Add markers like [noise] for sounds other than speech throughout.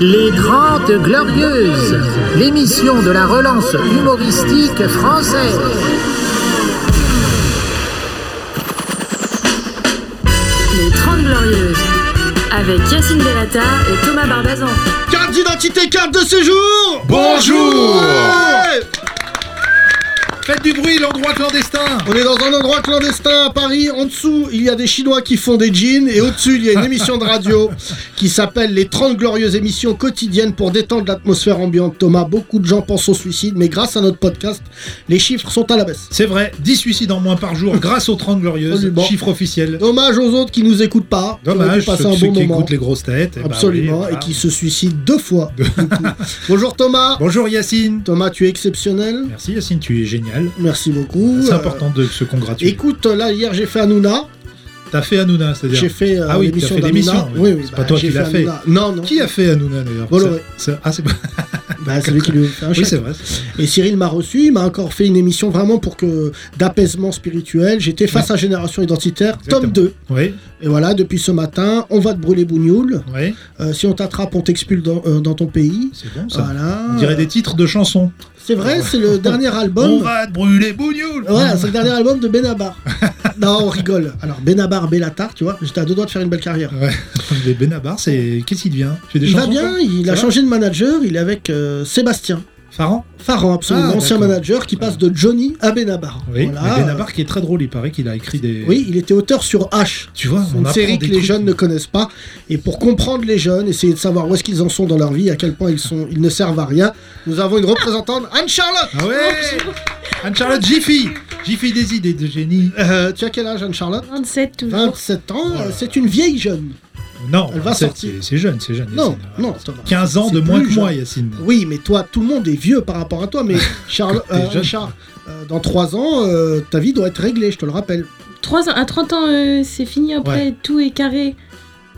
Les Grandes Glorieuses, l'émission de la relance humoristique française. Les 30 Glorieuses, avec Yacine Delata et Thomas Barbazan. Carte d'identité, carte de séjour Bonjour Ouais Faites du bruit, l'endroit clandestin On est dans un endroit clandestin à Paris. En dessous, il y a des Chinois qui font des jeans. Et au-dessus, il y a une émission de radio qui s'appelle Les 30 Glorieuses émissions quotidiennes pour détendre l'atmosphère ambiante. Thomas, beaucoup de gens pensent au suicide, mais grâce à notre podcast, les chiffres sont à la baisse. C'est vrai, 10 suicides en moins par jour grâce aux 30 Glorieuses, Absolument. chiffre officiel. Dommage aux autres qui nous écoutent pas. qui auraient pu Dommage, passer ceux, un ceux bon qui moment. écoutent les grosses têtes. eh ben Absolument, oui, voilà. et qui se suicident deux fois. [laughs] du coup. Bonjour Thomas. Bonjour Yacine Thomas, tu es exceptionnel. Merci Yacine, tu es génial. Merci beaucoup. C'est Euh, important de se congratuler. Écoute, là hier j'ai fait Hanouna, T'as fait Hanouna, j'ai c'est-à-dire... fait euh, Ah oui, l'émission t'as fait d'Hanouna. l'émission, oui. Oui, oui, C'est pas toi j'ai qui l'as fait. Hanouna. Non, non. Qui a fait Hanouna d'ailleurs Bolloré. C'est- c'est- Ah, c'est pas... Bah, c'est lui qui lui a fait un Oui, chèque. c'est vrai. Et Cyril m'a reçu, il m'a encore fait une émission vraiment pour que d'apaisement spirituel. J'étais face à Génération Identitaire, tome Exactement. 2. Oui, Et voilà, depuis ce matin, on va te brûler bougnoule. oui, Euh, si on t'attrape, on t'expule dans, euh, dans ton pays. c'est bon ça. Voilà. On dirait des titres de chansons. C'est vrai, c'est le [laughs] dernier On album. va te brûler, bougnoule Voilà, c'est le dernier album de [laughs] Benabar. non, on rigole. Alors, Benabar, Bellatar, tu vois, j'étais à deux doigts de faire une belle carrière. Les Benabar, c'est... Qu'est-ce qu'il devient Il fait des Il va chansons, bien, toi il Ça a va changé de manager, il est avec euh, Sébastien Farhan Farran, absolument, Ah, ancien d'accord. manager qui passe de Johnny à Benabar. Oui, Voilà. mais Benabar qui est très drôle, il paraît qu'il a écrit des... Oui, il était auteur sur H. Tu vois, Ah, on Une apprend série que des les trucs. jeunes ne connaissent pas. Et pour comprendre les jeunes, essayer de savoir où est-ce qu'ils en sont dans leur vie, à quel point ils, sont, ils ne servent à rien, nous avons une représentante, Anne-Charlotte. Ah ouais Anne-Charlotte Jiffy Jiffy des idées de génie. Euh, tu as quel âge, Anne-Charlotte 27 toujours. 27 ans, Voilà. euh, c'est une vieille jeune. Non, Elle va c'est- sortir. C'est c'est jeune, c'est jeune. Non, Yacine. non, Thomas. 15 ans C'est de plus moins que jeune. moi, Yacine. Oui, mais toi, tout le monde est vieux par rapport à toi, [laughs] mais Charlotte, T'es jeune. dans 3 ans, euh, ta vie doit être réglée, je te le rappelle. Eh, 3 ans, à 30 ans, euh, c'est fini après, tout est carré.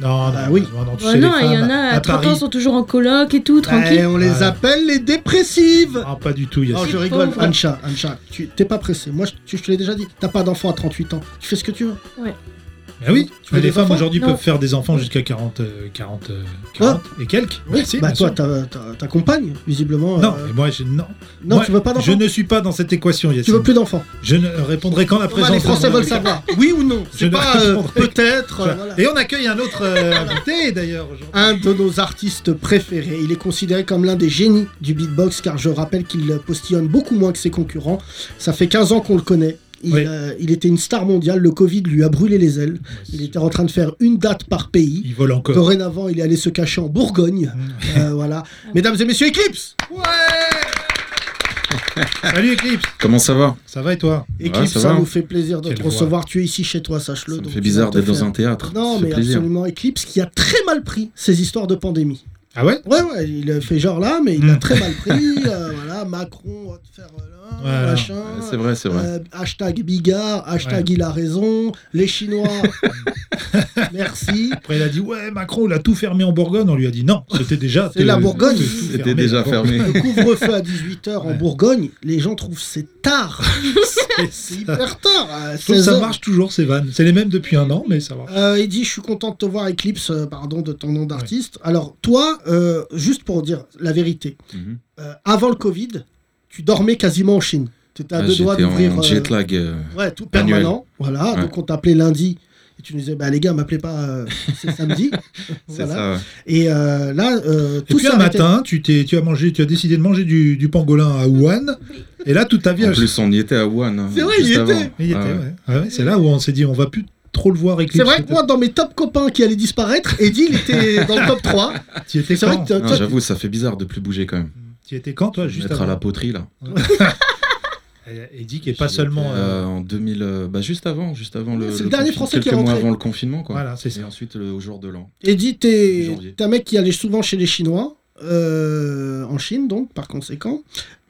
Non, Bah non, oui. non, non, tu Ouais, sais, non, les il y femmes en a à, à 30 Paris... ans sont toujours en coloc et tout, Eh, tranquille. on les Ouais. appelle les dépressives. Ah, pas du tout, Non, Yacine. je rigole, pauvre. Ancha, Ancha, tu t'es pas pressé. Moi, je, tu- je te l'ai déjà dit, t'as pas d'enfant à 38 ans. Tu fais ce que tu veux. Ah oui, Tu veux mais les des femmes enfants Ah. aujourd'hui Non. peuvent faire des enfants jusqu'à 40, euh, 40, euh, 40 et quelques. si, bah bien toi, sûr. ta, ta, ta compagne, visiblement. Non, euh, mais moi, je... non. non, Moi, tu veux pas Je d'enfant ne suis pas dans cette équation, Tu Yacine. veux plus d'enfants Je ne répondrai qu'en la présence. Thomas, Les de- Français veulent savoir. Oui ou non Je C'est ne [laughs] pas euh, répondrai- peut-être. euh, Voilà. voilà. Et on accueille un autre [laughs] euh, invité, d'ailleurs, aujourd'hui. un de nos artistes préférés. Il est considéré comme l'un des génies du beatbox car je rappelle qu'il postillonne beaucoup moins que ses concurrents. Ça fait 15 ans qu'on le connaît. Il, Oui. euh, il était une star mondiale, le Covid lui a brûlé les ailes. Il était en train de faire une date par pays. Il vole encore. Dorénavant, il est allé se cacher en Bourgogne. Mmh. Euh, voilà. Mesdames et messieurs, Eclipse Salut Eclipse Comment ça va Ça va et toi Ouais, Eclipse, ça ça, va. nous fait plaisir de Quelle te recevoir. Tu es ici chez toi, sache-le. Ça me donc fait tu bizarre vas te d'être dans faire- un théâtre. Non, ça fait mais plaisir. absolument, Eclipse qui a très mal pris ces histoires de pandémie. Ah ouais Ouais, ouais, il a fait genre là, mais il a Mmh. Mm. très mal [laughs] pris. euh, voilà, Macron va te faire euh, là, Voilà. machin. Ouais, C'est vrai, c'est vrai. euh, hashtag Bigard, hashtag il a raison, les [laughs] Chinois, merci. Après, il a dit Ouais, Macron, il a tout fermé en Bourgogne. On lui a dit Non, c'était déjà. C'est la Bourgogne. tout C'était déjà Bon, [laughs] [laughs] fermé. Le couvre-feu à 18h en Ouais. Bourgogne, les gens trouvent c'est tard, [laughs] c'est c'est ça. hyper tard. à Je trouve que 16 ça heures. marche toujours, ces vannes. C'est les mêmes depuis un an, mais ça va. Euh, il dit Je suis content de te voir, Eclipse, euh, pardon, de ton nom d'artiste. Alors, toi, euh, juste pour dire la vérité, Mhm. euh, avant le Covid, tu dormais quasiment en Chine. Tu étais à Ah, deux doigts J'étais d'ouvrir. en euh, jet lag. euh, Ouais, tout Annuel. permanent. Voilà, Ouais. donc on t'appelait lundi. Et tu nous disais, bah, les gars, m'appelez pas, euh, c'est [laughs] samedi. C'est Voilà. ça. ouais. Et euh, là, euh, Et tout puis un s'arrêtait. matin, tu, t'es- tu as mangé, tu as décidé de manger du, du pangolin à Wuhan. Et là, toute ta vie. En elle- plus, on y était à Wuhan. hein, C'est vrai, juste il y avant. était. Il y était, Ah ouais. ouais. Ah ouais, c'est là où on s'est dit On va plus trop le voir Eclipse. C'est vrai que moi, dans mes top copains qui allaient disparaître, Eddie, il était dans le top 3. Tu y étais C'est vrai quand que toi, Ah, Non, J'avoue, ça fait bizarre de plus bouger quand même. Tu y étais quand, toi Juste Mettre à avant la poterie là. Et dit qu'il n'est pas J'y seulement. étais, euh, euh, en 2000, euh, bah juste avant, juste avant Ouais, le. c'est le dernier confi- Français qui est Quelques mois rentré. avant le confinement, quoi. Voilà, c'est ça. Et ensuite, le, au jour de l'an. Eddie, t'es Janvier. t'es un mec qui allait souvent chez les Chinois, euh, en Chine, donc, par conséquent.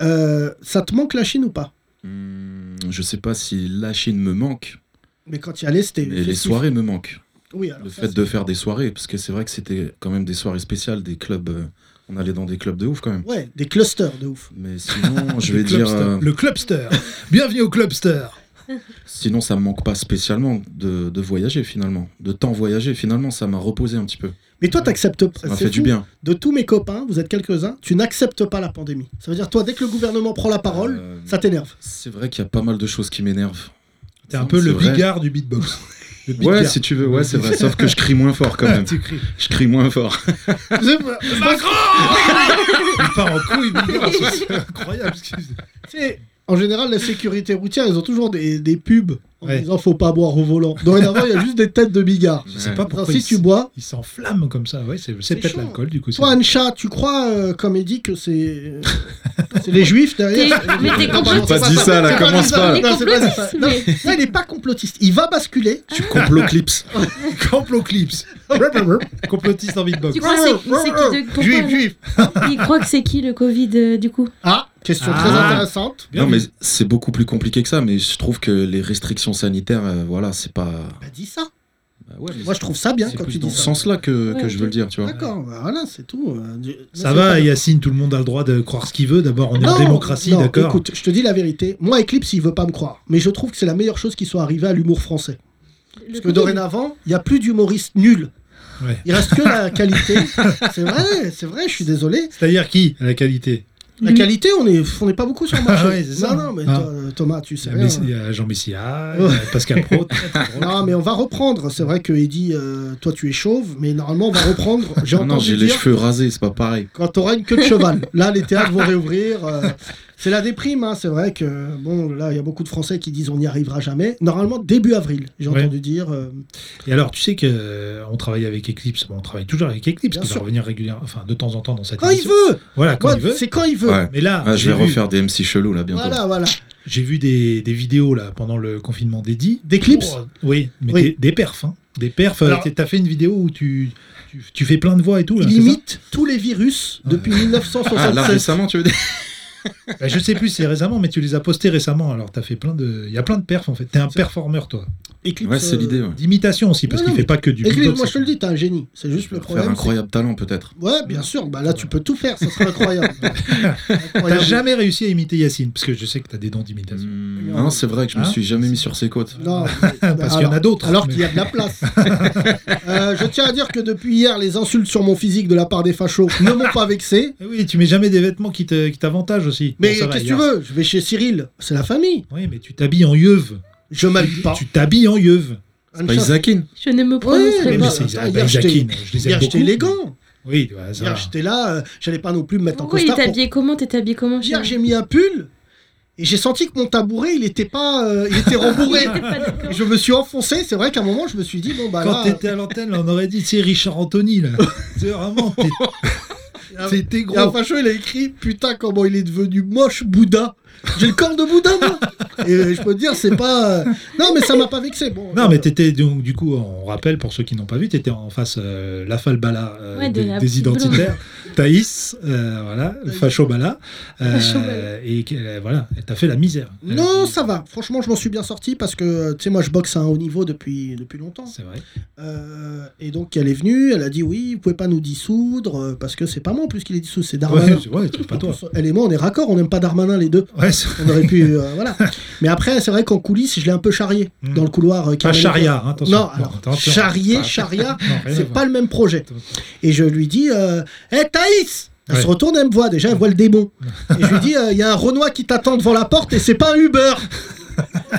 Euh, ça te manque la Chine ou pas Hum, je sais pas si la Chine me manque, Mais quand tu y allais, c'était. mais les festif. soirées me manquent. Oui, alors Le ça, fait c'est- de faire des soirées, parce que c'est vrai que c'était quand même des soirées spéciales, des clubs. euh, on allait dans des clubs de ouf quand même. Ouais, des clusters de ouf. [laughs] Mais sinon, je le vais dire. clubster. euh, Le clubster. Bienvenue au clubster. Sinon, ça me manque pas spécialement de, de voyager finalement, de temps voyager finalement, ça m'a reposé un petit peu. Mais toi, t'acceptes pas. Ça m'a c'est fait du fou. bien. De tous mes copains, vous êtes quelques-uns, tu n'acceptes pas la pandémie. Ça veut dire, toi, dès que le gouvernement prend la parole, Euh, ça t'énerve. C'est vrai qu'il y a pas mal de choses qui m'énervent. T'es un peu le C'est vrai. bigard du beatbox. Le bigard. Ouais, si tu veux, ouais, c'est [laughs] vrai. Sauf que je crie moins fort quand même. tu cries. Je crie moins fort. [laughs] C'est- Il part en couille, bigard. [laughs] C'est incroyable. ce qu'il- c'est- en général, la sécurité routière, ils ont toujours des, des pubs en Ouais. disant, faut pas boire au volant. Dorénavant, il y a juste des têtes de bigards. Je sais Ouais. pas Genre, pourquoi. si il- tu bois, Il s'enflamme comme ça. Ouais, c'est c'est C'est peut-être chaud. l'alcool du coup. c'est- toi, Ancha, tu crois, euh, comme il dit, que c'est euh, c'est [laughs] les juifs T'es- derrière mais t'es Non, J'ai pardon, pas c'est dit ça, là, c'est commence ça. pas. Il est Non, c'est pas ça. complotiste, Non, mais- non, il est pas complotiste. Il va basculer. Tu complot clips. Complot [laughs] clips. Complotiste en beatbox. Tu crois c'est c'est qui de- pourquoi, Juif, là juif. Il croit que c'est qui le Covid euh, du coup Ah, question Ah. très intéressante. Bien non, vu. mais c'est beaucoup plus compliqué que ça. Mais je trouve que les restrictions sanitaires, euh, voilà, c'est pas. Bah, dis ça. Bah ouais, mais Moi, je trouve ça bien c'est quand plus tu dans dis ce ça. sens-là que, que Ouais, je ok. veux le dire, tu vois. D'accord, bah, voilà, c'est tout. Euh, du- Ça c'est va, pas- Yacine, tout le monde a le droit de croire ce qu'il veut. D'abord, on est en Non, démocratie, non, d'accord Écoute, je te dis la vérité. Moi, Eclipse, il veut pas me croire. Mais je trouve que c'est la meilleure chose qui soit arrivée à l'humour français. Le Parce que dorénavant, il n'y a plus d'humoriste nul. Ouais. Il reste [laughs] que la qualité. c'est vrai, c'est vrai, je suis désolé. C'est-à-dire qui La qualité. La Lui. qualité, on est, on n'est pas beaucoup sur le Ah marché. Mm. [laughs] ouais, c'est ça. Non, non, mais Ah. toi, Thomas, tu Il sais y a rien. Messi- il y a Jean Messia, il y a Pascal [laughs] Pro. Non, mais on va reprendre. C'est vrai que Eddie, euh, toi, tu es chauve, mais normalement, on va reprendre. J'ai Non, non, entendu j'ai les dire cheveux rasés, c'est pas pareil. quand t'auras une queue de cheval. Là, les théâtres vont réouvrir. euh, c'est la déprime, hein, c'est vrai que bon, là, il y a beaucoup de Français qui disent on n'y arrivera jamais. Normalement, début avril, j'ai Ouais. entendu dire. euh, Et alors, tu sais que euh, on travaille avec Eclipse. Bon, on travaille toujours avec Eclipse, Bien qui va sûr. revenir régulièrement, enfin, de temps en temps dans cette quand il émission. veut. Voilà, quand Moi, il veut. C'est quand il veut. Ouais. Mais là, Ah, je j'ai vais vu, refaire des MC chelous là bientôt. Voilà, voilà. j'ai vu des, des vidéos là pendant le confinement d'Eddy. Des clips Oh, Oui, mais Oui. Des, des perfs. hein. Des perfs. euh, Alors- t'es- T'as fait une vidéo où tu, tu, tu fais plein de voix et tout. Là, Il c'est ça imite tous les virus depuis Ah, là 1976. récemment, tu veux dire Bah, je sais plus, c'est récemment, mais tu les as postés récemment. Alors, t'as fait plein de. Il y a plein de perfs en fait. T'es un performeur, toi. Eclipse, Ouais, c'est euh, l'idée. ouais. D'imitation aussi, parce Non, qu'il non, fait mais- pas que du Eclipse, beatbox. moi je te le dis, t'es un génie. C'est juste le Faire problème. c'est- incroyable talent peut-être. Ouais, bien sûr. Bah là, tu peux tout faire, ça [laughs] serait incroyable. T'as Incroyable. jamais réussi à imiter Yacine, parce que je sais que t'as des dons d'imitation. Hmm, non, c'est vrai que je me Hein suis jamais mis sur ses côtes. Non, mais- [laughs] Parce qu'il y en a alors- d'autres. Alors mais- qu'il y a de la place. [laughs] Euh, je tiens à dire que depuis hier, les insultes sur mon physique de la part des fachos ne m'ont pas vexé. Eh Oui, tu mets jamais des vêtements qui te- qui t'avantagent aussi. Mais Bon, ça va, qu'est-ce que il y tu a- veux Je vais chez Cyril, c'est la famille. Oui, mais tu t'habilles en yeuve. Ah, Je m'habille pas. Tu bah, t'habilles en yeuve. Anne Pas Chat- Isaacine Je ne me Ouais, prononcerai Oui, bah, mais pas. c'est attends, ah, bah, hier, j'étais- Jacqueline, je les aime Hier, beaucoup. j'étais élégant. Oui, ouais, ça Hier, va. j'étais là, euh, j'allais pas non plus me mettre en Pourquoi il costard. est pour- habillé comment T'es habillé comment chez Hier, vous j'ai mis un pull et j'ai senti que mon tabouret, il était pas, euh, il était rembourré. [laughs] T'es pas [laughs] d'accord. je me suis enfoncé. C'est vrai qu'à un moment, je me suis dit bon bah Quand là, t'étais à l'antenne, là, on aurait dit, c'est Richard Anthony, [laughs] là. C'est vraiment. t'es- il y a- C'était il y a un gros. facho, il a écrit putain comment il est devenu moche Bouddha. J'ai le corps de Bouddha moi. [laughs] Et euh, je peux te dire c'est pas. euh, Non mais ça m'a pas vexé. Bon, Non, euh, mais t'étais donc, du coup, on rappelle pour ceux qui n'ont pas vu, t'étais en face euh, la Falbala euh, Ouais, de des, la des petite identitaires, Thaïs, euh, voilà, Facho Bala, euh, Facho Bala. et que- euh, voilà, elle t'a fait la misère. Non, Euh, ça va. Franchement, je m'en suis bien sorti parce que, tu sais, moi, je boxe à un haut niveau depuis, depuis longtemps. C'est vrai. Euh, et donc, elle est venue, elle a dit oui, vous pouvez pas nous dissoudre euh, parce que c'est pas moi en plus qui les dissout, c'est Darmanin. Ouais, c'est- ouais, c'est pas toi. Elle et moi, on est raccord, on n'aime pas Darmanin les deux. Ouais, c'est On aurait pu. euh, voilà. Mais après, c'est vrai qu'en coulisses, je l'ai un peu charrié Hmm. dans le couloir. euh, pas Carmen- Charia, hein, attention. Non, alors, attention. charrier, Pas- charia, Non, rien à c'est voir. pas le même projet. Et je lui dis euh, Hé Thaïs Elle Ouais. se retourne, elle me voit déjà, elle voit le [laughs] démon. Et je lui dis Euh, Il y a un Renoir qui t'attend devant la porte et c'est pas un [laughs] Uber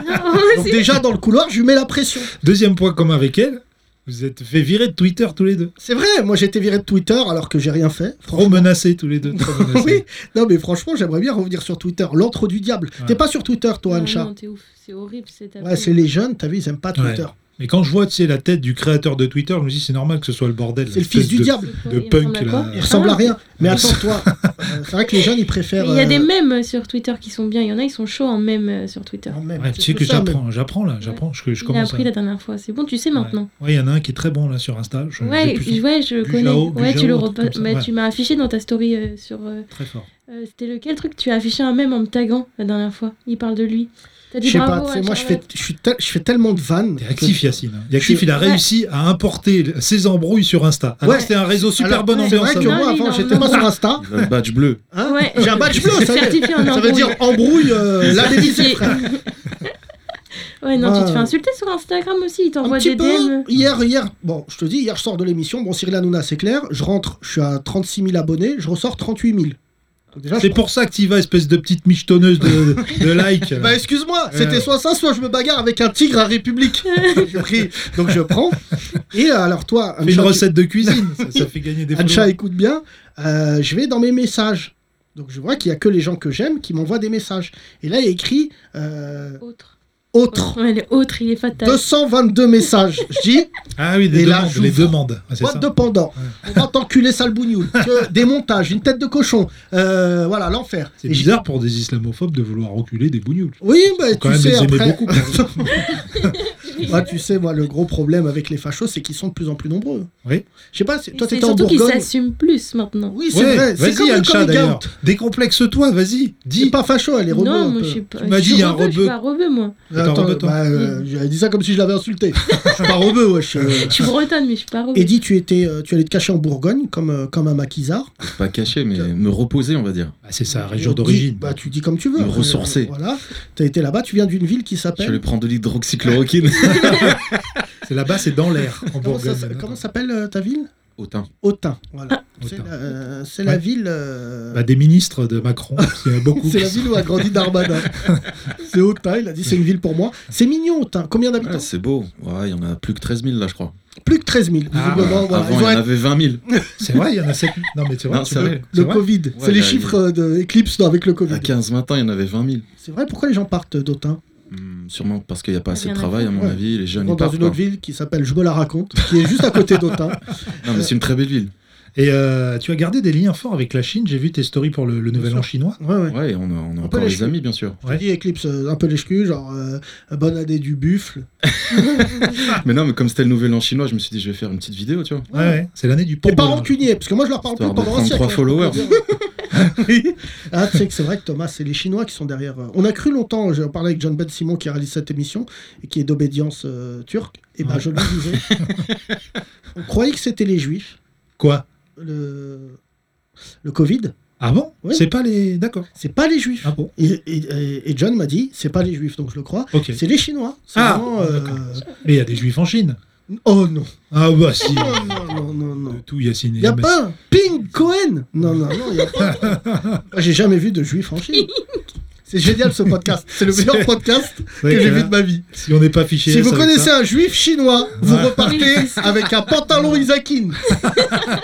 Non, Donc c'est- déjà dans le couloir, je lui mets la pression. Deuxième point commun avec elle, vous êtes fait virer de Twitter tous les deux. C'est vrai, moi j'ai été viré de Twitter alors que j'ai rien fait. Trop menacés tous les deux. [laughs] trop menacés. Oui, non mais franchement, j'aimerais bien revenir sur Twitter. L'antre du diable. Ouais. T'es pas sur Twitter, toi, Non, Ancha non, t'es ouf, c'est horrible cette Ouais, c'est les jeunes, t'as vu, ils aiment pas Twitter. Mais quand je vois tu sais, la tête du créateur de Twitter, je me dis c'est normal que ce soit le bordel. C'est le l'espèce fils du de- diable. de punk, là. Il ressemble à rien. Mais attends, [laughs] toi, euh, c'est vrai que les jeunes, ils préfèrent. Ah, Il y a des euh, mèmes sur Twitter qui sont bien. Il y en a, ils sont chauds en mèmes euh, sur Twitter. en même. Ouais, tu sais tout que ça, même. j'apprends, j'apprends là, j'apprends, je, je Je commence appris hein. à... la dernière fois. C'est bon, tu sais Ouais. maintenant. Ouais, il y en a un qui est très bon là sur Insta, je, j'ai Ouais, plus son- ouais, je Du connais. Jao, du ouais, tu le Jao, un truc repas- comme ça, bah, ouais. tu m'as affiché dans ta story euh, sur. euh, très fort. euh, C'était lequel truc Tu as affiché un mème en me taguant la dernière fois. Il parle de lui. T'as Je dit sais pas, bravo. tu sais, à moi, je fais, Charlotte. je, suis tel- je fais tellement de vannes. T'es que- actif Yacine. hein. T'es actif, Je- il a Ouais. réussi à importer ses embrouilles sur Insta. Alors Ouais. que c'était un réseau super Alors, bonne C'est ambiance. vrai que avant. hein. moi, Non, avant, non, j'étais non. pas sur Insta. Il a le badge bleu. Hein Ouais. J'ai un badge bleu, ça y est. Certifié en Ça veut embrouille. dire embrouille, euh, la Certifié. frère. [laughs] Ouais, non, tu te Ah. fais insulter sur Instagram aussi, ils Un t'envoient petit des peu. DM. Hier, hier, bon, je te dis, hier, je sors de l'émission. Bon, Cyril Hanouna, c'est clair. Je rentre, je suis à 36 000 abonnés, je ressors 38 000. Donc déjà, je- C'est pour ça que tu vas, espèce de petite michetonneuse de, [laughs] de like. là. Bah, excuse-moi, Ouais. c'était soit ça, soit je me bagarre avec un tigre à République. [laughs] J'ai pris, donc je prends. Et euh, alors, toi, Fais une Ancha, tu- recette de [laughs] [laughs] cuisine, ça, ça fait gagner des Ancha, followers. écoute bien, euh, je vais dans mes messages. Donc je vois qu'il y a que les gens que j'aime qui m'envoient des messages. Et là, il y a écrit euh, Autre. autre. Ouais, le autre, il est fatal. 222 messages. Je dis, Ah oui, des Et là, demandes, les j'ouvre. demandes. Ah, [laughs] c'est boîte ça. de pendant. On va t'enculer, sale [laughs] bougnoule. Que des montages, une tête de cochon. Euh, voilà, l'enfer. C'est Et je- bizarre pour des islamophobes de vouloir reculer des bougnoules. Oui, bah, Faut quand tu même sais, les aimer après... beaucoup. [laughs] [laughs] Moi, tu sais, moi, le gros problème avec les fachos, c'est qu'ils sont de plus en plus nombreux. Oui. Je sais pas, c'est- Et toi, c'est t'étais en surtout qu'ils Bourgogne. s'assument plus maintenant. Oui, c'est Ouais, vrai. C'est comme vas-y, le Ancha coming d'ailleurs. out. Décomplexe-toi, vas-y. Dis Dis. pas facho, elle est rebeu. non, un moi peu. je suis pas. m'as je dit, suis il y a un rebeu, Je suis rebeu. pas rebeu, moi. Attends, Attends, rebeu, toi. bah, euh, J'avais dit ça comme si je l'avais insulté. je suis pas rebeu, wesh. euh. [laughs] [laughs] Je suis bretonne, mais je suis pas rebeu. Eddie, tu, étais, euh, tu allais te cacher en Bourgogne comme, euh, comme un maquisard. Pas caché, mais me reposer, on va dire. Ah, c'est sa Et on région te dit- d'origine. Bah, tu dis comme tu veux. Me ressourcer. Euh, Voilà. T'as été là-bas, tu viens d'une ville qui Je suis allé s'appelle. prendre [laughs] de l'hydroxychloroquine. C'est là-bas, c'est dans l'air, en Comment ça Bourgogne. s- Comment s'appelle euh, ta ville Autant. Autun. Voilà. C'est Autun. la, euh, c'est la Ouais. ville. euh, Bah, des ministres de Macron, il [laughs] y en a beaucoup. C'est la ville où a [laughs] grandi Darmanin. c'est Autun, il a dit c'est une ville pour moi. C'est mignon Autun. Combien d'habitants Ah, c'est beau. Ouais, il y en a plus que 13 000 là, je crois. Plus que 13 000. Ah, visiblement, Ouais, voilà. Avant, Ils il y ont en un- avait 20 000. C'est vrai, il y en a 7 Non, mais c'est vrai, Non, tu c'est peux- vrai. c'est le vrai. Covid. c'est il y les a- chiffres euh, de Eclipse non, avec le Covid. À 15 matins, il y en avait 20 000. C'est vrai, pourquoi les gens partent d'Autun Hmm, sûrement parce qu'il n'y a pas Ah, assez de bien travail, à mon Ouais. avis. Les jeunes, Ils vont dans ils partent. une autre quoi. ville qui s'appelle Je me la raconte, qui est juste à côté [laughs] d'Autun. Non, mais c'est une très belle ville. Et euh, tu as gardé des liens forts avec la Chine. J'ai vu tes stories pour le, le Nouvel sûr. An chinois. Ouais, ouais. Ouais, on a, on peut a encore les des jouer. amis, bien sûr. Ouais. Je dis Eclipse euh, un peu les checuls, genre euh, bonne année du buffle. Ah. Mais non, mais comme c'était le nouvel an chinois, je me suis dit, je vais faire une petite vidéo, tu vois. [laughs] Ouais, ouais, c'est l'année du port T'es pas rancunier, parce que moi je leur parle plus Histoire de pendant un prendre siècle. trois hein. followers. [laughs] Ah, tu sais que c'est vrai que Thomas, c'est les Chinois qui sont derrière. euh, On a cru longtemps, j'ai parlé avec John Ben Simon qui réalise cette émission et qui est d'obédience euh, turque. Et ben, Ouais. je lui disais, [laughs] on croyait que c'était les Juifs, Quoi le, le Covid. Ah bon Ouais. C'est pas les. D'accord. C'est pas les Juifs. Ah bon Et, et- et John m'a dit, c'est pas les Juifs, donc je le crois. Ok. C'est les Chinois. C'est Ah, vraiment, euh, d'accord. Mais il y a des juifs en Chine. Oh non. Ah bah si. Non, non, non, non, De non. tout, Yacine. Il n'y a Yamas. pas un Ping Cohen Non, non, non, il n'y a pas. Moi, J'ai jamais vu de Juifs en Chine. C'est génial ce podcast. C'est le meilleur podcast Ouais, que j'ai voilà. vu de ma vie. Si on n'est pas fiché. Si vous ça va connaissez être un juif chinois, vous repartez Oui, c'est avec un pantalon Isakin. ça.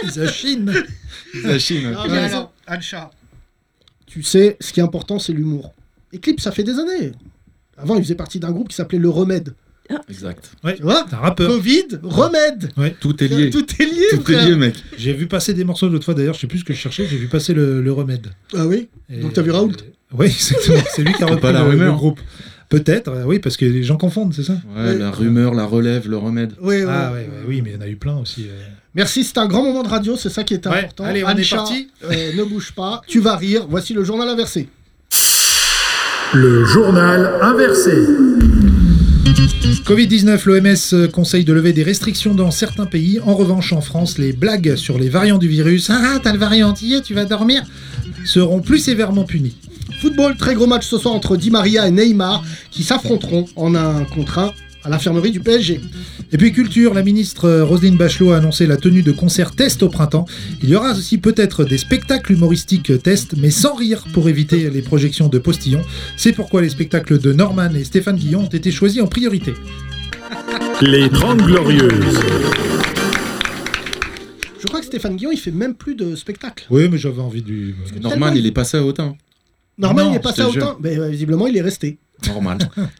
Ils à Chine. La Chine. Ah, mais alors, Ancha, Tu sais, ce qui est important, c'est l'humour. Eclipse, ça fait des années. Avant, il faisait partie d'un groupe qui s'appelait Le Remède. Exact. Tu vois C'est un rappeur. Covid, Remède. Tout est lié. Tout, Tout est lié, est frère. lié, mec. J'ai vu passer des morceaux l'autre fois d'ailleurs, je sais plus ce que je cherchais, j'ai vu passer le, le remède. Ah oui Donc t'as vu Raoult Oui, [laughs] exactement. C'est lui qui a Pas repris la le, le rumeur. groupe. Peut-être, euh, oui, parce que les gens confondent, c'est ça Ouais, la rumeur, la relève, le remède. Oui, Ah oui. ouais, ouais, oui, mais il y en a eu plein aussi. euh. Merci, c'est un grand moment de radio, c'est ça qui est Ouais, important. allez, on est Ancha, parti. euh, [laughs] ne bouge pas, tu vas rire. Voici le journal inversé. Le journal inversé. Covid-19, l'OMS euh, conseille de lever des restrictions dans certains pays. En revanche, en France, les blagues sur les variants du virus, ah, t'as le variant hier, tu vas dormir, seront plus sévèrement punies. Football, très gros match ce soir entre Di Maria et Neymar qui s'affronteront en un contre un à l'infirmerie du PSG. Et puis culture, la ministre euh, Roselyne Bachelot a annoncé la tenue de concerts test au printemps. Il y aura aussi peut-être des spectacles humoristiques test, mais sans rire pour éviter les projections de postillons. C'est pourquoi les spectacles de Norman et Stéphane Guillon ont été choisis en priorité. Les 30 Glorieuses. Je crois que Stéphane Guillon, il fait même plus de spectacle. Oui, mais j'avais envie euh, du... Norman, tellement- il est passé à Autun. Normal, Non, il est passé je à te jure. autant. Mais euh, visiblement, il est resté. [laughs] Normal.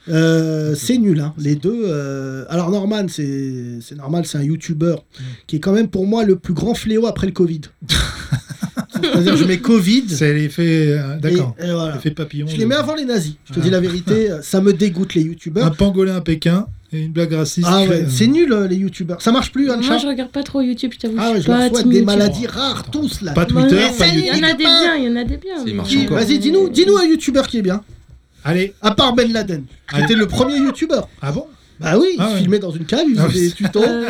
Euh, c'est nul, hein. les deux. euh, Alors, Norman, c'est c'est normal, c'est un YouTuber Mm. qui est quand même pour moi le plus grand fléau après [laughs] le Covid. C'est-à-dire, je mets Covid. C'est l'effet... euh, D'accord. et- et voilà. L'effet papillon. Je de- les mets avant les nazis. Je te Ah. dis la vérité, euh, ça me dégoûte les Un youtubeurs. pangolin à Pékin et une blague raciste. Ah ouais, Euh, c'est nul euh, les youtubeurs. Ça marche plus, Anne Moi je regarde pas trop YouTube, je t'avoue. Ah ouais, suis je leur pas souhaite team des YouTube. maladies rares Attends, tous là. Pas Twitter, Mais pas salut, Il y YouTube. en a YouTube. des biens, il y en a des biens. Ça mais- marche Dis- encore. Vas-y, dis-nous, dis-nous un youtubeur qui est bien. Allez, À part Ben Laden, qui Allez. était le premier youtubeur. ah bon Bah oui, il Ah se ouais. filmait dans une cave, il faisait Ah oui, des c'est- tutos. Euh,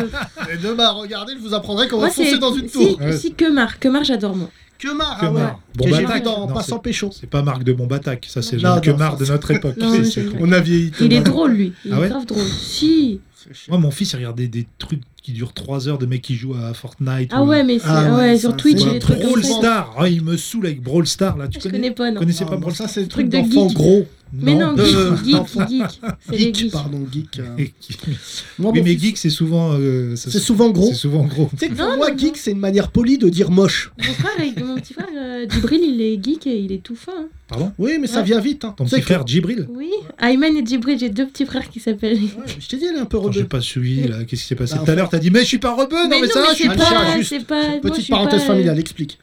Et demain, regardez, je vous apprendrai comment moi, c'est foncer dans une tour. [laughs] Si, si, que marre, que marre, j'adore moi. Que marre, Que ah ouais. marre. Que j'ai Bombatac. vu dans Non, Passant c'est- Pécho. C'est pas Marc de Bombatac, ça c'est Non, Jean non, Quemard ça, de notre époque. Non, c'est je- sûr. On a vieilli. Il Thomas. est drôle, lui. Il Ah ouais est grave drôle. Si. Moi, mon fils, il regardait des trucs qui durent 3 heures de mecs qui jouent à Fortnite. Ah ou- ouais, mais c'est- Ah ah ouais, ouais, ça, sur Twitch, c'est- les Voilà, trucs comme Brawl ça. Star. Ah, il me saoule avec Brawl Star là. Tu Je connais, connais pas, non. connaissez Ah, pas bon, Brawl Star ça, c'est le Truc truc de d'enfant geek. gros. Mais non, de- geek, geek, geek. C'est les Euh, Geek, geeks. pardon, [laughs] geek. euh. Moi, Oui, mon mais fils, geek, c'est souvent. euh, ça- c'est souvent gros. C'est souvent gros. Tu sais que pour Non, moi, non, geek, non. c'est une manière polie de dire moche. Mon frère, est- mon petit frère, euh, Djibril, il est geek et il est tout fin. hein. Pardon Oui, mais ça Ouais. vient vite. Hein. Ton Tu sais petit que- frère Djibril Oui. Ah, Ayman et Djibril, j'ai deux petits frères qui s'appellent. Ouais, Je t'ai dit, elle est un peu Attends, J'ai rebelle. pas suivi là. Qu'est-ce qui s'est passé Bah, Tout à l'heure, t'as dit, mais je suis pas Ah rebeu, non, mais, ça, va, je suis c'est pas- pas, juste- c'est pas. moi, je Petite suis pas- parenthèse familiale, explique.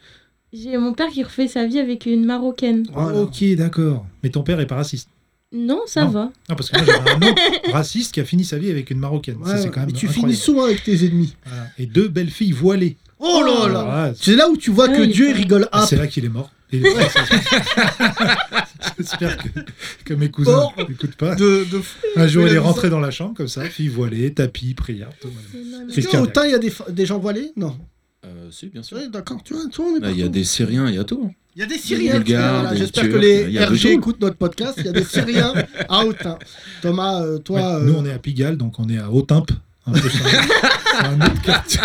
J'ai mon père qui refait sa vie avec une marocaine. Voilà. Ok, d'accord. Mais ton père est pas raciste. Non, ça Non. va. Non, parce que moi j'avais un [laughs] autre raciste qui a fini sa vie avec une marocaine. Ouais, ça, c'est oh, ouais. quand même. Mais tu incroyable. finis souvent avec tes ennemis. Voilà. Et deux belles filles voilées. Oh là là Ah, C'est là où tu vois Ouais, que il est Dieu pas- il rigole Ah, à c'est là qu'il est mort. [laughs] Et- Ouais, ça, c'est- [laughs] J'espère que, que mes cousins n'écoutent pas. de, de fou. Un jour, Mais il la est vie- rentré dans la chambre comme ça, fille voilée, tapis, prière. tout. Est-ce Christian. qu'autant il y a des, des gens voilés Non. Euh, si, bien sûr. Oui, d'accord, tu vois, tu vois, on est Là, Il y a partout. des Syriens, il y a tout. hein. Il y a des Des Syriens. Bulgares, voilà, des J'espère Turcs, que il y a les de RG tout. écoutent notre podcast. Il y a des Syriens à Autun. Thomas, euh, Ouais, toi, Nous, euh, on est à Pigalle, donc on est à Autimpe. Un peu sur- [laughs] sur un autre quartier.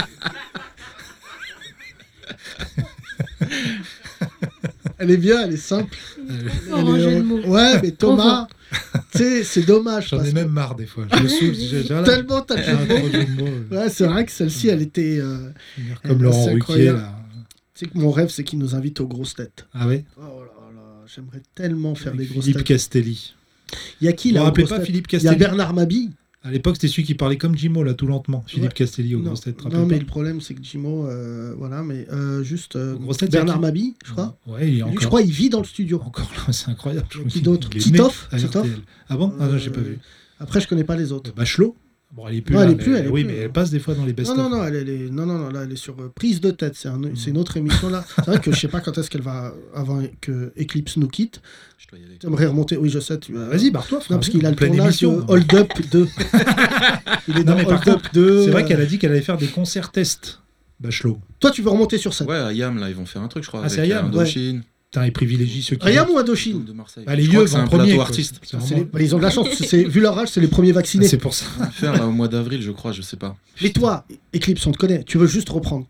elle est bien, elle est simple. Fort en Elle est- Oh, jeu de mots. Ouais, mais Thomas, tu sais, c'est dommage. J'en parce ai que même marre des fois. Je me souviens, j'ai- j'ai- voilà. Tellement t'as de Ah, jeux de mots. trop de jeux de mots, euh, Ouais, c'est vrai que celle-ci, elle était. euh, finir c'est Comme Laurent Ruquier. incroyable. là. Tu sais que mon rêve, c'est qu'il nous invite aux grosses têtes. Ah ouais Oh là là, j'aimerais tellement faire des grosses Philippe têtes. Castelli. Il y a qui Vous vous là aux rappelez grosses pas têtes Philippe Il y a Castelli Bernard Mabille. À l'époque, c'était celui qui parlait comme Jimo, là, tout lentement. Philippe Ouais. Castelli aux non, grosses têtes. te non, rappelles mais le pas problème, c'est que Jimo, euh, voilà, mais euh, juste euh, Aux grosses têtes, Bernard c'est qui Mabille, je crois. Ouais, il est Lui, encore. je crois, il vit dans le studio. Encore là, c'est incroyable. Je me Qui dis, d'autre il est né Titoff à Titoff RTL. Ah bon Ah non, j'ai pas Euh, vu. Euh, Après, je connais pas les autres. Bachelot Bon, elle est plus Non, là, elle est mais- plus, elle est Oui, plus. hein. mais elle passe des fois dans les Non, best-of. non, non, elle, elle est, non, non, non, là, elle est sur euh, prise de tête. C'est un- Mm. c'est une autre émission là. C'est vrai que je sais pas quand est-ce qu'elle va avant que Eclipse nous quitte. Je dois y aller. J'aimerais remonter. Oui, je sais. Tu, vas- Vas-y, barre-toi, frère. Non, parce qu'il a le Pleine tournage de émission. Hold Up [laughs] 2. Il est Non, dans mais par Hold Up 2. C'est vrai euh, qu'elle a dit qu'elle allait faire des concerts tests, Bachelot. Toi, tu veux remonter sur scène. Ouais, à Yam, là, ils vont faire un truc, je crois. Ah, c'est avec, à Yam, euh, ouais. Indochine, Putain, il privilégie ceux qui. Rien ou le Indochine de Marseille. Bah, les Je crois yeux que c'est en un premier. plateau quoi. artiste. C'est C'est vraiment- Ah, les- bah, Ils ont de la chance. c'est- Vu leur âge, c'est les premiers vaccinés. C'est pour ça. On va le faire là au mois d'avril, je crois, je sais pas. Mais toi, Eclipse, on te connaît. Tu veux juste reprendre.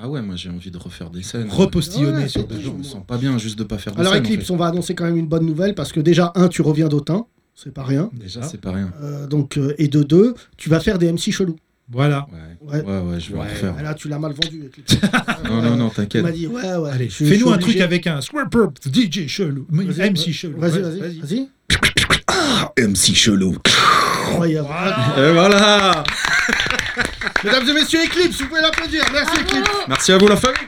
Ah ouais, moi j'ai envie de refaire des scènes. Repostillonné Ouais, sur c'est- Les gens Bachelot. me sens pas bien juste de pas Ah, faire de Alors, scènes, en Eclipse, fait. on va annoncer quand même une bonne nouvelle parce que déjà, un, tu reviens d'Autun. C'est pas rien. Déjà, c'est pas rien. Euh, donc, euh, et de deux, tu vas faire des MC chelous. Voilà. Ouais, Ouais. ouais, ouais, je vais Ouais. en refaire. Ah, là, tu l'as mal vendu, Eclipse. [laughs] Non, non, non, Tu m'as t'inquiète. dit, ouais, ouais. Allez, je suis- je fais-nous suis un truc obligé. avec un Squirper, DJ chelou, Vas-y, MC ouais. chelou. Vas-y, Ouais, Ah, vas-y, vas-y. MC chelou. Incroyable. Et voilà Mesdames et messieurs, Eclipse, vous pouvez l'applaudir. Merci, Eclipse. Merci à vous, la famille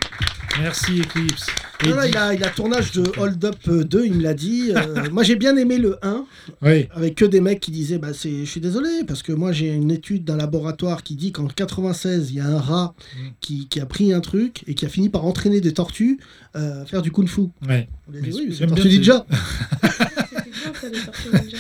Merci Eclipse. Non, non, Eddie. il, a, il a tournage de Hold Up euh, 2, il me l'a dit. [laughs] Euh, moi, j'ai bien aimé le 1, Oui. avec que des mecs qui disaient bah, c'est- Je suis désolé, parce que moi, j'ai une étude d'un laboratoire qui dit qu'en 96, il y a un rat qui, qui a pris un truc et qui a fini par entraîner des tortues euh, à faire du kung-fu. Ouais. On les Mais dit Oui, mais c'est j'aime tortue bien, ninja. C'était bien, ça, les tortues ninja.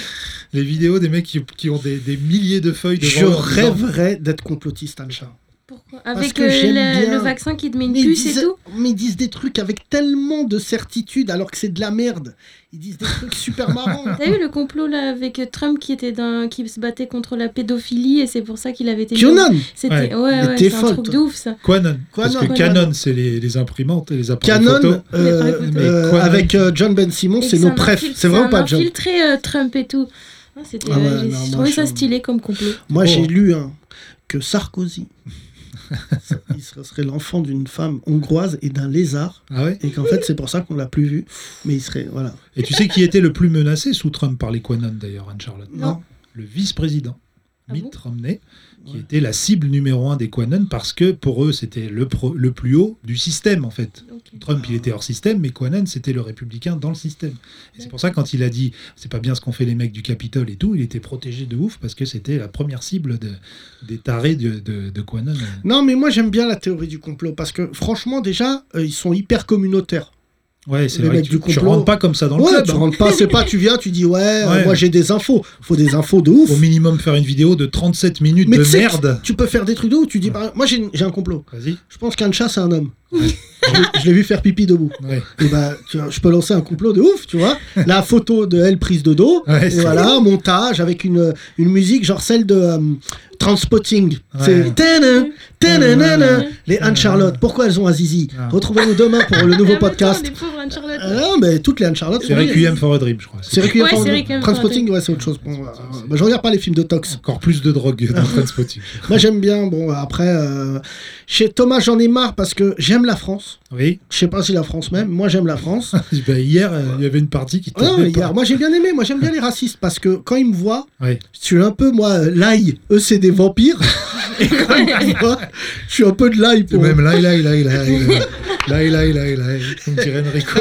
Les vidéos des mecs qui, qui ont des, des milliers de feuilles devant Je eux en disant, rêverais d'être complotiste, Ancha. Pourquoi Avec que euh, j'aime la- bien. le vaccin qui te met une Mais ils, puce et disent, tout mais ils disent des trucs avec tellement de certitude alors que c'est de la merde. Ils disent des trucs super marrants. T'as eu le complot là avec Trump qui était dans... qui se battait contre la pédophilie et c'est pour ça qu'il avait été. QAnon C'était ouais, ouais, Mais t'es c'est un folle, truc toi. de ouf ça. Quanon. Parce Quanon. que Canon, c'est les, les imprimantes et les appareils photo. Canon, Les euh, appareils photo. euh, Mais quoi, avec euh, John Ben Simon, Et c'est que nos un prefs. infil- C'est vrai un ou pas, John infiltré euh, Trump et tout. Ah, c'était, Ah ouais, euh, j'ai non, moi, trouvé je ça suis- stylé comme complot. Moi, Bon. j'ai lu hein, que Sarkozy, [laughs] ça- il serait serait l'enfant d'une femme hongroise et d'un lézard, Ah ouais et qu'en fait, c'est pour ça qu'on l'a plus vu. Mais il serait, voilà. Et tu sais qui était le plus menacé sous Trump par les Quanon d'ailleurs, Anne-Charlotte Non. Le vice-président. Ah Mitt bon Romney, qui Ouais. était la cible numéro un des Quanon parce que pour eux c'était le, pro- le plus haut du système en fait. Ok. Trump, il était hors système, mais Quanon, c'était le républicain dans le système. Et c'est pour ça, que quand il a dit c'est pas bien ce qu'ont fait les mecs du Capitole et tout, il était protégé de ouf parce que c'était la première cible de, des tarés de, de, de Quanon. Non, mais moi, j'aime bien la théorie du complot, parce que franchement, déjà, euh, ils sont hyper communautaires. Ouais, c'est Les vrai mecs que tu, du tu complot. rentres pas comme ça dans le ouais, bah, club. tu hein. rentres pas, c'est pas, tu viens, tu dis, ouais, euh, Ouais. moi, j'ai des infos. Faut des infos de ouf. Au minimum, faire une vidéo de 37 minutes Mais de tu sais que merde. Tu peux faire des trucs de ouf, tu dis, bah, moi, j'ai j'ai un complot. Vas-y. Je pense qu'Ancha, c'est un homme. je l'ai vu faire pipi debout. Ouais. Et bah, tu vois, je peux lancer un complot de ouf, tu vois. [laughs] La photo de elle prise de dos, Ouais, et c'est- voilà, un montage avec une, une musique genre celle de euh, Transpotting. Ouais. C'est tadam, tadam, les Ouais. Anne-Charlotte. Pourquoi elles ont un zizi Ah. Retrouvez-nous demain pour le [laughs] nouveau Ah, mais attends, podcast. les pauvres Anne-Charlotte. Ah non, mais toutes les Anne-Charlotte. C'est oui. Requiem for a Dream, je crois. C'est C'est Requiem Ouais, for a c'est Dream. Requiem for a hein. Transpotting, Dream. ouais, c'est autre chose. Bon, euh, bah, je regarde pas les films de Tox. encore plus de drogue dans Trainspotting. Moi, j'aime bien. Bon, après, euh, chez Thomas, j'en ai marre parce que j'aime la France. Oui. Je sais pas si la France même. Moi, j'aime la France. Bah, hier, euh, il y avait une partie qui Ah non, tournait mais pas. hier, moi, j'ai bien aimé. Moi, j'aime bien les racistes parce que quand ils me voient, Ouais. je suis un peu, moi, euh, l'ail. Eux, c'est des vampires. [laughs] Et quand ils me voient, je suis un peu de l'ail C'est pour eux. même là, là, là, là, là, là, là, là, là, on dirait Enrico.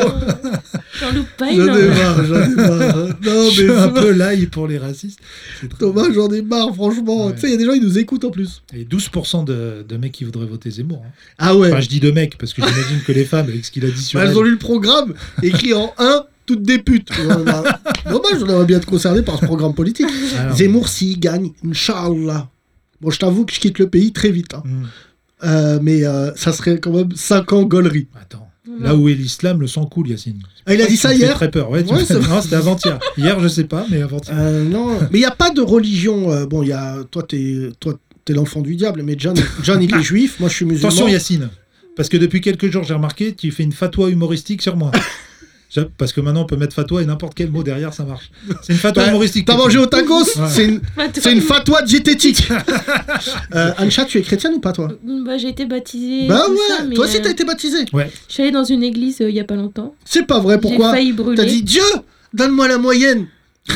J'en loupe pas J'en une. ai hein. marre, j'en ai marre. [laughs] Non, Je suis mais un peu l'ail pour les racistes. C'est très- Thomas, j'en ai marre, franchement. Ouais. Tu sais, il y a des gens, ils nous écoutent en plus. Et 12% de, de mecs qui voudraient voter Zemmour. hein. Ah ouais. Enfin, je dis de mecs, parce que j'imagine que les femmes, avec ce qu'il a dit sur Bah, elles- elles ont lu le programme, écrit en 1, toutes des putes. J'en ai marre. Dommage, on aurait bien être concerné par ce programme politique. Alors, Zemmour, s'il gagne, Inch'Allah. Bon, je t'avoue que je quitte le pays très vite. hein. hmm, Euh, mais euh, ça serait quand même 5 ans gaulerie. Attends. Non. Là où est l'islam, le sang coule, Yacine. Ah, il a dit ça me fait hier très peur. Ouais, tu Ouais, me fais- ça- Non, c'était avant-hier. Hier, je sais pas, mais avant-hier. Euh, [laughs] non, mais il n'y a pas de religion. euh, bon, il y a. Toi, t'es. Toi, T'es l'enfant du diable, mais John, [laughs] John il est juif, moi je suis musulman. Attention, Yacine. Parce que depuis quelques jours, j'ai remarqué, tu fais une fatwa humoristique sur [laughs] moi. Je- Parce que maintenant, on peut mettre fatwa et n'importe quel mot derrière, ça marche. C'est une fatwa Bah, humoristique. T'as mangé au tacos C'est une, Pas toi. c'est une fatwa [laughs] diététique. euh, Ancha, tu es chrétienne ou pas toi Bah, j'ai été baptisée. Bah tout ça, ouais, mais, toi aussi euh, t'as été baptisé. Je suis allée dans une église euh, il y a pas longtemps. C'est pas vrai, J'ai pourquoi failli T'as brûler. dit Dieu, donne-moi la moyenne,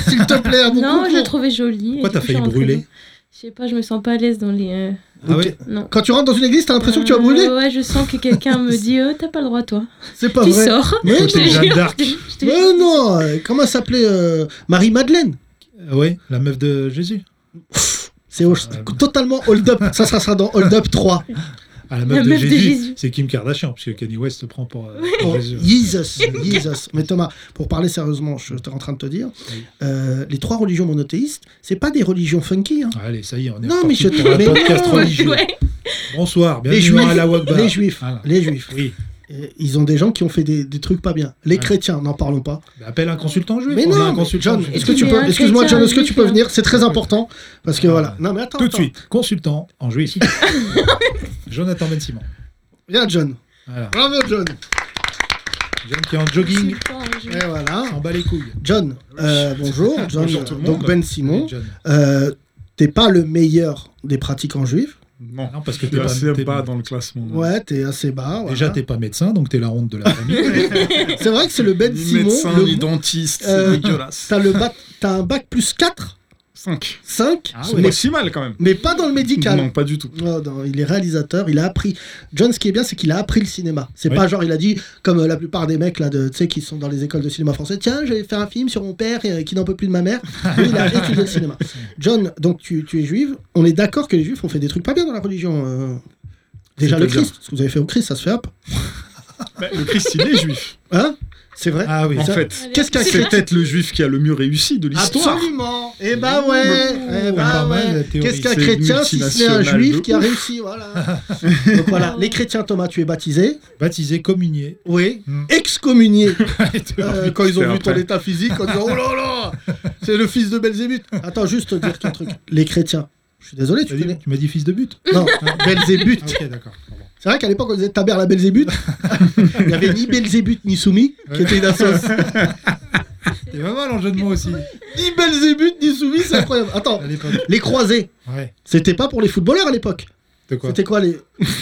s'il te plaît, à mon non, je concours. la trouvais jolie. et Pourquoi du t'as coup, failli je suis rentrée brûler dedans. Je sais pas, je me sens pas à l'aise dans les. euh, Ah Ok. ouais Non. Quand tu rentres dans une église, t'as l'impression que tu vas Euh, brûler Ouais, je sens que quelqu'un me dit euh, T'as pas le droit, toi. C'est pas tu vrai. sors. Mais [laughs] Je te Côté jure, Jeanne d'Arc. je te- je te Mais non, euh, comment s'appelait euh, Marie-Madeleine Euh, Ouais, la meuf de Jésus. C'est au- totalement hold-up. Ça, ça sera dans Hold Up [laughs] 3. Ah, la meuf, La de, meuf de Jésus, Jésus. c'est Kim Kardashian, puisque Kanye West se prend pour, euh, pour Oh, Jésus. Jesus, [laughs] Jesus. Mais Thomas, pour parler sérieusement, je suis en train de te dire, Oui. euh, les trois religions monothéistes, c'est pas des religions funky. hein. Allez, ça y est, on est Non, reparti mais je te- pour un mais podcast jure. religieux. Ouais. Bonsoir, Les bienvenue juifs, à la Wagba. les juifs, bah, Voilà. les juifs. Oui, Euh, Ils ont des gens qui ont fait des, des trucs pas bien. Les Ouais. chrétiens, n'en parlons pas. Bah, appelle un consultant juif. Mais on a non, un mais consultant John, juif. est-ce que Mais tu un peux, excuse-moi chrétien, John, est-ce que un tu peux juif, venir C'est très important parce que Ah. voilà. Non mais attends, Tout de attends. suite, consultant en [laughs] juif. Jonathan Ben Simon. Viens John. Voilà. Bravo John. John qui est en jogging, Et voilà. en bas les couilles. John, euh, bonjour. John, Bonjour tout le donc monde. Ben Simon, John. euh, t'es pas le meilleur des pratiquants juifs. Ah Non, Non, parce que je t'es suis pas, assez t'es- bas dans le classement. hein. Ouais, t'es assez bas. voilà. Déjà, t'es pas médecin, donc t'es la honte de la [laughs] famille. C'est vrai que c'est [laughs] le Ben Ni Simon. médecin, le- ni dentiste, Euh, c'est dégueulasse. T'as le bac- t'as un bac plus 4, 5. 5, Ah C'est mais, pas si mal quand même. mais pas dans le médical. Ah Non, pas du tout. Non, non, il est réalisateur, il a appris. John, ce qui est bien, c'est qu'il a appris le cinéma. C'est Oui. pas genre, il a dit, comme euh, la plupart des mecs là, de, tu sais, qui sont dans les écoles de cinéma français, tiens, je vais faire un film sur mon père euh, qui n'en peut plus de ma mère. Lui, [laughs] il a étudié le cinéma. John, donc tu, tu es juive. On est d'accord que les juifs ont fait des trucs pas bien dans la religion. euh. Déjà le C'est-à-dire Christ, ce que vous avez fait au Christ, ça se fait hop. Bah, le Christ, il est juif. Hein C'est vrai Ah oui, Ah, En ça- fait, Qu'est-ce qu'a c'est peut-être le juif qui a le mieux réussi de l'histoire. Absolument Eh ben ouais, eh ben Pas mal, la ouais. théorie. Qu'est-ce qu'un C'est chrétien si ce n'est un multinational juif de qui a [laughs] réussi Voilà. Donc voilà, les chrétiens, Thomas, tu es baptisé. Baptisé, communié. Oui. Hmm. Excommunié euh, quand ils ont c'est vu ton après. état physique en disant Oh là là C'est le fils de Belzébuth Attends, juste te dire ton truc. Les chrétiens. Je suis désolé, tu T'as dit- connais. Tu m'as dit fils de but. Non, Belzébuth. Ah, ok, d'accord. Pardon. C'est vrai qu'à l'époque, on disait Taber la Belzébuth. Il n'y avait ni Belzébuth ni Soumis, qui était une assoce. T'es pas mal en jeu de mots aussi, Ni Belzébuth ni Soumis, c'est incroyable. Attends, à l'époque. les croisés, Ouais, c'était pas pour les footballeurs à l'époque. de quoi C'était quoi les,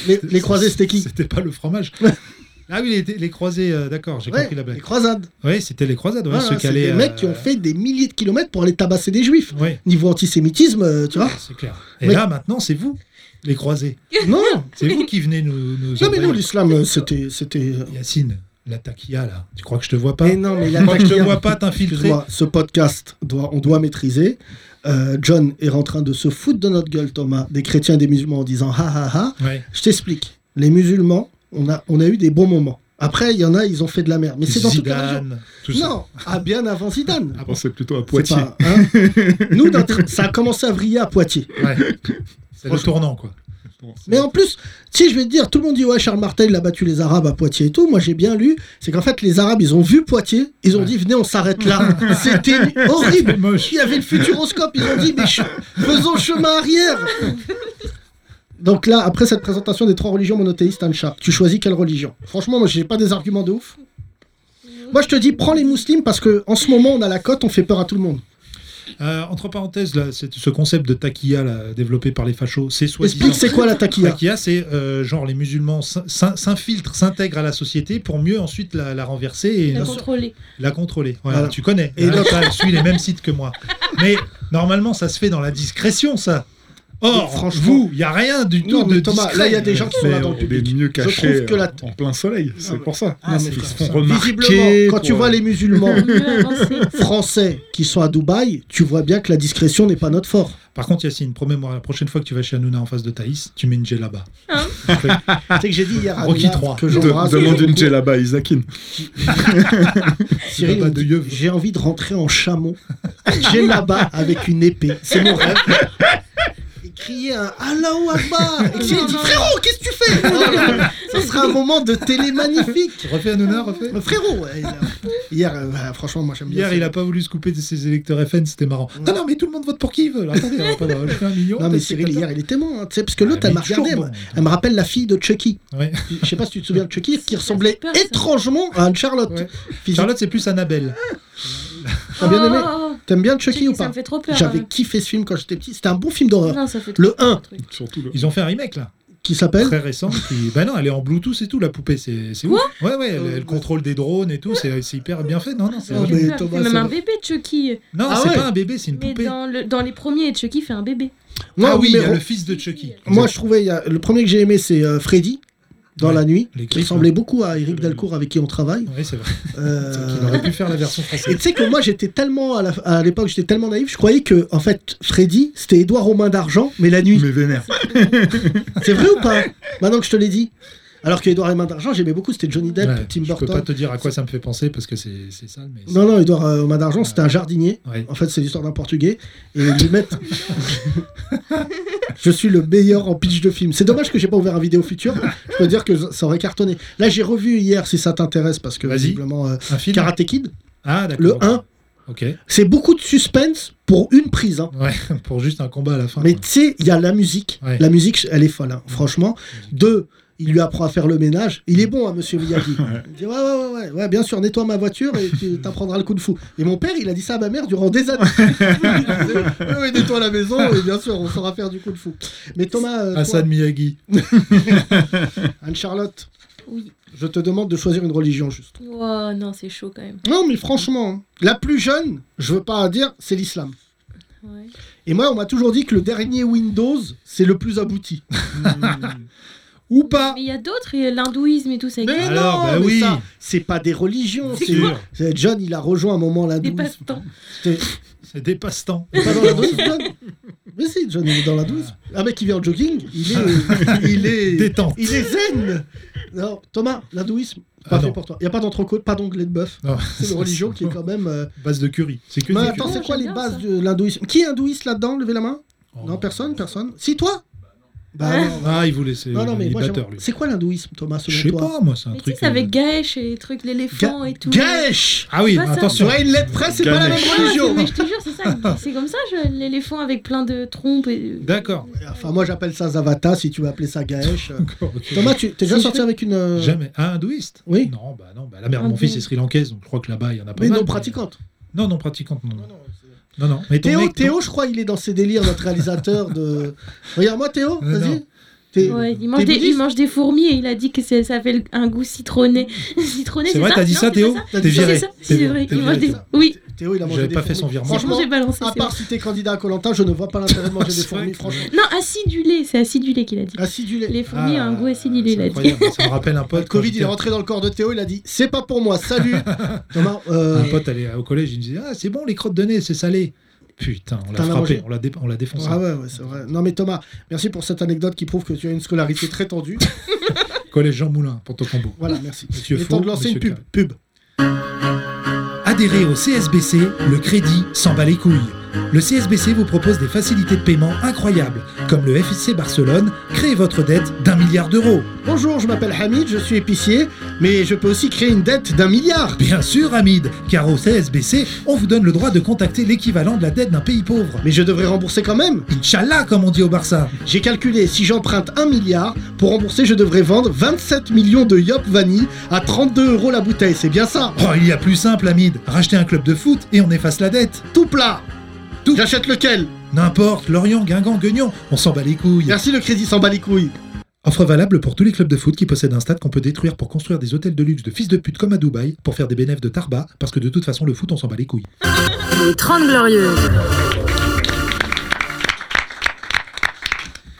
les, les croisés C'était qui C'était pas le [laughs] fromage. Ah oui, les, les croisés, euh, d'accord, j'ai Ouais, compris la Les blague. croisades. Oui, c'était les croisades, ouais, Voilà, ceux qui c'est allaient. des euh, mecs qui ont fait des milliers de kilomètres pour aller tabasser des juifs. Ouais, Niveau antisémitisme, euh, tu vois [laughs] c'est clair. Et Mais- là, maintenant, c'est vous, les croisés. Non, C'est vous qui venez nous. nous non mais envahir. non, l'islam, euh, c'était, c'était. Yacine, la taquilla, là. Tu crois que je te vois pas Mais non, mais la Moi, je te taquilla- vois [laughs] pas t'infiltrer. Excuse-moi, ce podcast, doit, on doit maîtriser. Euh, John est en train de se foutre de notre gueule, Thomas, des chrétiens et des musulmans, en disant ha ha ha. Ouais. Je t'explique. Les musulmans, on a, on a eu des bons moments. Après, il y en a, ils ont fait de la merde. Mais c'est dans toute la région. Zidane, tout ça. Non, à bien avant Zidane. Ah Je pensais plutôt à C'est Poitiers. pas- [laughs] hein Nous, notre- ça a commencé à vriller à Poitiers. Ouais. C'est le tournant, quoi. Bon, c'est- Mais en plus, si je vais te dire, tout le monde dit ouais, Charles Martel il a battu les Arabes à Poitiers et tout. Moi, j'ai bien lu, c'est qu'en fait, les Arabes, ils ont vu Poitiers, ils ont dit venez, on [laughs] s'arrête là. C'était horrible. moche. Il y avait le futuroscope, ils ont dit mais ch- faisons chemin arrière. Donc là, après cette présentation des trois religions monothéistes, Ancha, tu choisis quelle religion Franchement, moi, j'ai pas des arguments de ouf. Moi, je te dis, prends les musulmans parce que en ce moment, on a la cote, on fait peur à tout le monde. Euh, entre parenthèses, là, c'est- ce concept de taquilla là, développé par les fachos, c'est soi-disant. Explique, c'est quoi la taquilla Taquilla, c'est euh, genre les musulmans s'in- s'in- s'infiltrent, s'intègrent à la société pour mieux ensuite la, la renverser et La contrôler. la contrôler. Voilà, Voilà. tu connais. Hein, Et Et là, donc- elle suit les mêmes sites que moi. Mais normalement, ça se fait dans la discrétion, ça. Or, Et franchement- vous, il n'y a rien du tout Non, mais de Thomas, discret. euh, là, il y a des gens qui sont Mais là dans le on public. est mieux caché trouve que la- en plein soleil, c'est pour ça. Ah, c'est ils pour se ça. font remarquer. Visiblement, quand tu pour- euh, vois [laughs] les musulmans Pour mieux avancer. [laughs] français qui sont à Dubaï, tu vois bien que la discrétion n'est pas notre fort. Par contre, Yacine, promets-moi, la prochaine fois que tu vas chez Hanouna en face de Thaïs, tu mets une djellaba. C'est que j'ai dit hier à Ah. Rocky Nina trois. que De- j'embrasse. demande une gel là-bas, Isakin. Cyril, Djellaba de Yeuve. j'ai envie de rentrer en chameau. J'ai là-bas avec une épée. C'est mon rêve. Et crier un Allahu Akbar. Et Cyril dit Frérot, qu'est-ce que tu fais Oh, Ce sera un moment de télé magnifique. Refais Hanouna, refais. Mais Frérot, ouais, là, hier, euh, bah, franchement, moi j'aime bien. Hier, ça. il a pas voulu se couper de ses électeurs FN, c'était marrant. Non, non, mais tout le monde vote pour qui il veut. là. Attendez, on va pas on va faire un million. Non, mais peut-être Cyril, que- hier, il était bon. hein, tu sais, parce que l'autre, Ah, elle mais m'a regardé. toujours elle- bon. Elle me rappelle la fille de Chucky. Ouais. Je sais pas si tu te souviens de Chucky, qui ressemblait peur, ça. étrangement à une Charlotte. Ouais. Physique. Charlotte, c'est plus Annabelle. T'as bien aimé Oh, T'aimes bien Chucky, Ah, Chucky ou Ça pas me fait trop peur. J'avais hein. kiffé ce film quand j'étais petit. C'était un bon film d'horreur Non, ça fait Le trop peur, un. truc. Surtout le. Ils ont fait un remake, là. qui s'appelle Très récent. Qui... [laughs] Bah non, elle est en Bluetooth et tout, la poupée. C'est c'est ouf. Ouais, ouais, elle, Oh. elle contrôle des drones et tout. C'est c'est hyper bien fait. Non, non, c'est Ça fait mais horrible. peur. Thomas, C'est même ça un va. bébé Chucky. Non, Ah c'est ouais. pas un bébé, c'est une Mais poupée. dans, le, dans les premiers, Chucky fait un bébé. Non, ah oui, il y a mais- le fils de Chucky. Moi, je trouvais, il y a- le premier que j'ai aimé, c'est euh, Freddy, dans Ouais. la nuit, Les qui clips, ressemblait beaucoup à Eric Dalcourt avec qui on travaille. Oui, [laughs] c'est vrai. Euh, Il aurait pu faire la version Et française. tu sais que moi, j'étais tellement, à la- à l'époque, j'étais tellement naïf, je croyais que, en fait, Freddy, c'était Édouard Romain d'Argent, mais la nuit. Mais vénère. [laughs] C'est vrai ou pas Maintenant que je te l'ai dit. Alors que Édouard Romain d'Argent, j'aimais beaucoup, c'était Johnny Depp, Ouais, Tim je peux pas Burton. te dire à quoi ça me fait penser parce que c'est c'est sale, mais. c'est- Non, non, Édouard euh, Romain d'Argent, c'était un jardinier. Ouais. En fait, c'est l'histoire d'un Portugais. Et ils lui mettent. je suis le meilleur en pitch de film. C'est dommage que j'ai pas ouvert un vidéo futur. Je peux dire que ça aurait cartonné. Là, j'ai revu hier, si ça t'intéresse, parce que Vas-y. visiblement, euh, Un film. Karate Kid, Ah, d'accord. le ok. 1, Ok. [laughs] c'est beaucoup de suspense pour une prise. hein. Ouais, pour juste un combat à la fin. Mais quoi. tu sais, il y a la musique. Ouais. La musique, elle est folle, hein, franchement. Deux, il lui apprend à faire le ménage. Il est bon, hein, [laughs] monsieur Miyagi. Il dit ouais, ouais, ouais, ouais, ouais, bien sûr, nettoie ma voiture et tu t'apprendras le coup de fou. Et mon père, il a dit ça à ma mère durant des années. [laughs] Il disait, Oui, oui, nettoie la maison et bien sûr, on saura faire du coup de fou. Mais Thomas, euh, toi, Hassan Miyagi. Anne-Charlotte, Oui. je te demande de choisir une religion juste. Oh non, c'est chaud quand même. Non, mais franchement, hein, la plus jeune, je veux pas dire, c'est l'islam. Ouais. Et moi, on m'a toujours dit que le dernier Windows, c'est le [laughs] plus abouti. Ou pas. Mais il y a d'autres, il y a l'hindouisme et tout, ça Ah. Mais existe. Alors, non, bah mais oui. ça, c'est pas des religions. C'est C'est sûr. c'est- John, il a rejoint un moment la Des douce. passe-temps. C'est des passe-temps. [laughs] Pas dans la douce, John Mais si, John, il est dans la douce. Un mec qui vient en jogging, il est, il est, Détente. il est zen. Non, Thomas, l'hindouisme, pas Ah fait non. pour toi. Il y a pas d'entrecôte, pas d'onglet de bœuf. Non, C'est une [laughs] religion qui est quand même. euh, Base de curry. C'est que Mais du attends, curry. c'est Oh, quoi j'aime les bien bases ça. de l'hindouisme Qui est hindouiste là-dedans Levez la main. Oh. Non, personne, personne. Si toi Bah Ouais. non. Ah, il voulait. c'est- Non, non, mais il est moi, batteur, j'aimerais- lui. c'est quoi l'hindouisme, Thomas, Je sais selon toi pas, moi, c'est un Mais tu truc. sais, c'est avec euh, Gaesh et les trucs, l'éléphant et tout. Gèche Ah oui, C'est pas ça. attention. Sur la lettre presse, c'est pas la même Ganesh. Ouais, c'est- religion mais je te jure, [laughs] c'est ça. C'est comme ça, je- l'éléphant avec plein de trompes. Et... D'accord. Enfin, moi j'aelle ça Zavata, si tu veux appeler ça Gaesh. Ok. Thomas, tu t'es déjà Si, sorti je- avec une. euh, Jamais. Ah, hindouiste Oui. Non, bah non. Bah, la mère de Ah mon fils bon. est sri lankaise, donc je crois que là-bas, il y en a pas Mais mal. non pratiquante. Non, non pratiquante, non. Non, non. non. Mais ton Théo, mec, ton- Théo, je crois, il est dans ses délires, notre réalisateur de. Regarde-moi, Théo, Non, vas-y. non. T'es- Ouais, il, mange des, bouddhiste il mange des fourmis et il a dit que c'est- ça avait le- un goût citronné. [laughs] citronné C'est c'est vrai, ça t'as dit Non, ça, c'est Théo pas ça T'as T'es dit ça, viré. C'est ça, c'est vrai. T'es Il mange viré. des... Oui, Théo, il a mangé J'avais des pas fait son fourmis. virement. franchement, j'ai Franchement, balancé. à c'est part si t'es candidat à Colanta, je ne vois pas l'intérêt de manger des C'est vrai fourmis, que- franchement. vrai. Non, acidulé, c'est acidulé qu'il a dit. Acidulé. Les fourmis ont un goût Ah, c'est acidulé, il a dit. incroyable. Ça me rappelle un Le pote. Covid, quand il est rentré dans le corps de Théo, il a dit C'est pas pour [laughs] moi, salut Thomas, euh, Un pote allait au collège, il me disait Ah, c'est bon, les crottes de nez, c'est salé. Putain, on l'a T'en as frappé, mangé on l'a dé- on l'a défoncé. Ah ouais, ouais, c'est vrai. Non mais Thomas, merci pour cette anecdote qui prouve que tu as une scolarité très tendue. Collège Jean Moulin, Porto-Cambo. Voilà, merci. Monsieur il est temps Faux, de lancer une monsieur pub. Pub. Adhérer au CSBC, le crédit s'en bat les couilles. Le CSBC vous propose des facilités de paiement incroyables, comme le FSC Barcelone, créez votre dette d'un milliard d'euros. Bonjour, je m'appelle Hamid, je suis épicier, mais je peux aussi créer une dette d'un milliard. Bien sûr, Hamid, car au CSBC, on vous donne le droit de contacter l'équivalent de la dette d'un pays pauvre. Mais je devrais rembourser quand même. Inch'Allah, comme on dit au Barça. J'ai calculé, si j'emprunte 1 milliard, pour rembourser, je devrais vendre 27 millions de Yop Vanille à 32 euros la bouteille, c'est bien ça. Oh, il y a plus simple, Hamid. Rachetez un club de foot et on efface la dette. Tout plat. Tout. J'achète lequel N'importe, Lorient, Guingamp, Guignon, on s'en bat les couilles. Merci, le crédit s'en bat les couilles. Offre valable pour tous les clubs de foot qui possèdent un stade qu'on peut détruire pour construire des hôtels de luxe de fils de pute comme à Dubaï, pour faire des bénéfices de Tarba, parce que de toute façon, le foot, on s'en bat les couilles. Les 30 Glorieuses.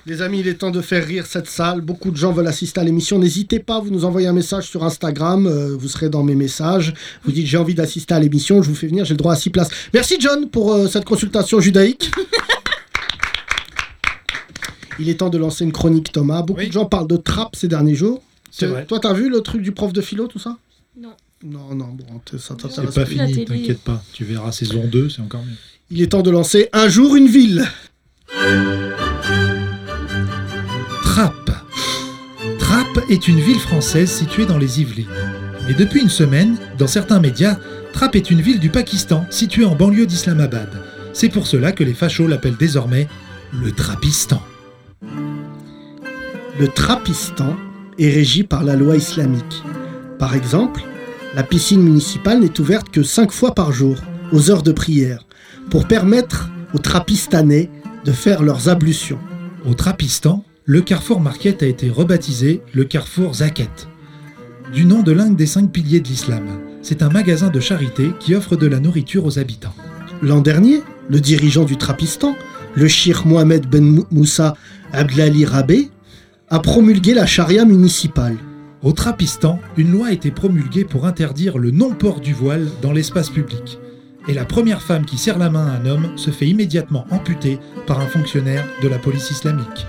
Les amis, il est temps de faire rire cette salle. Beaucoup de gens veulent assister à l'émission. N'hésitez pas, vous nous envoyez un message sur Instagram. euh, vous serez dans mes messages. Vous dites j'ai envie d'assister à l'émission. Je vous fais venir. J'ai le droit à 6 places. Merci John pour euh, cette consultation judaïque. il est temps de lancer une chronique Thomas. Beaucoup Oui. de gens parlent de trappe ces derniers jours. C'est Euh, vrai. Toi, t'as vu le truc du prof de philo, tout ça Non. Non, non, bon, t- ça C'est t'intéresse pas fini, La télé. t'inquiète pas. Tu verras saison 2, c'est encore mieux. Il est temps de lancer un jour une ville. Trappes. Trappes est une ville française située dans les Yvelines. Mais depuis une semaine, dans certains médias, Trappes est une ville du Pakistan située en banlieue d'Islamabad. C'est pour cela que les fachos l'appellent désormais le Trappistan. Le Trappistan est régi par la loi islamique. Par exemple, la piscine municipale n'est ouverte que 5 fois par jour, aux heures de prière, pour permettre aux Trappistanais de faire leurs ablutions. Au Trappistan, le carrefour Market a été rebaptisé le carrefour Zakat, du nom de l'un des cinq piliers de l'islam. C'est un magasin de charité qui offre de la nourriture aux habitants. L'an dernier, le dirigeant du Trappistan, le Shir Mohamed Ben Mou- Moussa Abdlali Rabé, a promulgué la charia municipale. Au Trappistan, une loi a été promulguée pour interdire le non-port du voile dans l'espace public. Et la première femme qui serre la main à un homme se fait immédiatement amputer par un fonctionnaire de la police islamique.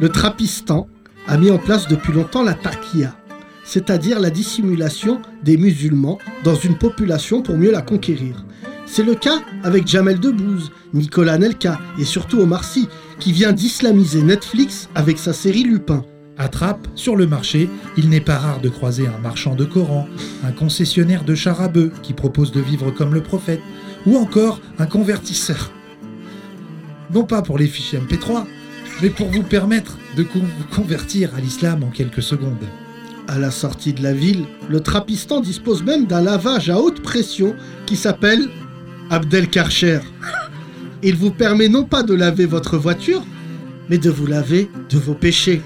Le Trappistan a mis en place depuis longtemps la taqiyya, c'est-à-dire la dissimulation des musulmans dans une population pour mieux la conquérir. C'est le cas avec Jamel Debbouze, Nicolas Nelka et surtout Omar Sy, qui vient d'islamiser Netflix avec sa série Lupin. À Trappes, sur le marché, il n'est pas rare de croiser un marchand de Coran, un concessionnaire de char à bœufs qui propose de vivre comme le prophète, ou encore un convertisseur. Non pas pour les fichiers MP3, mais pour vous permettre de con- vous convertir à l'islam en quelques secondes. À la sortie de la ville, le Trappistan dispose même d'un lavage à haute pression qui s'appelle Abdelkarcher. Il vous permet non pas de laver votre voiture, mais de vous laver de vos péchés.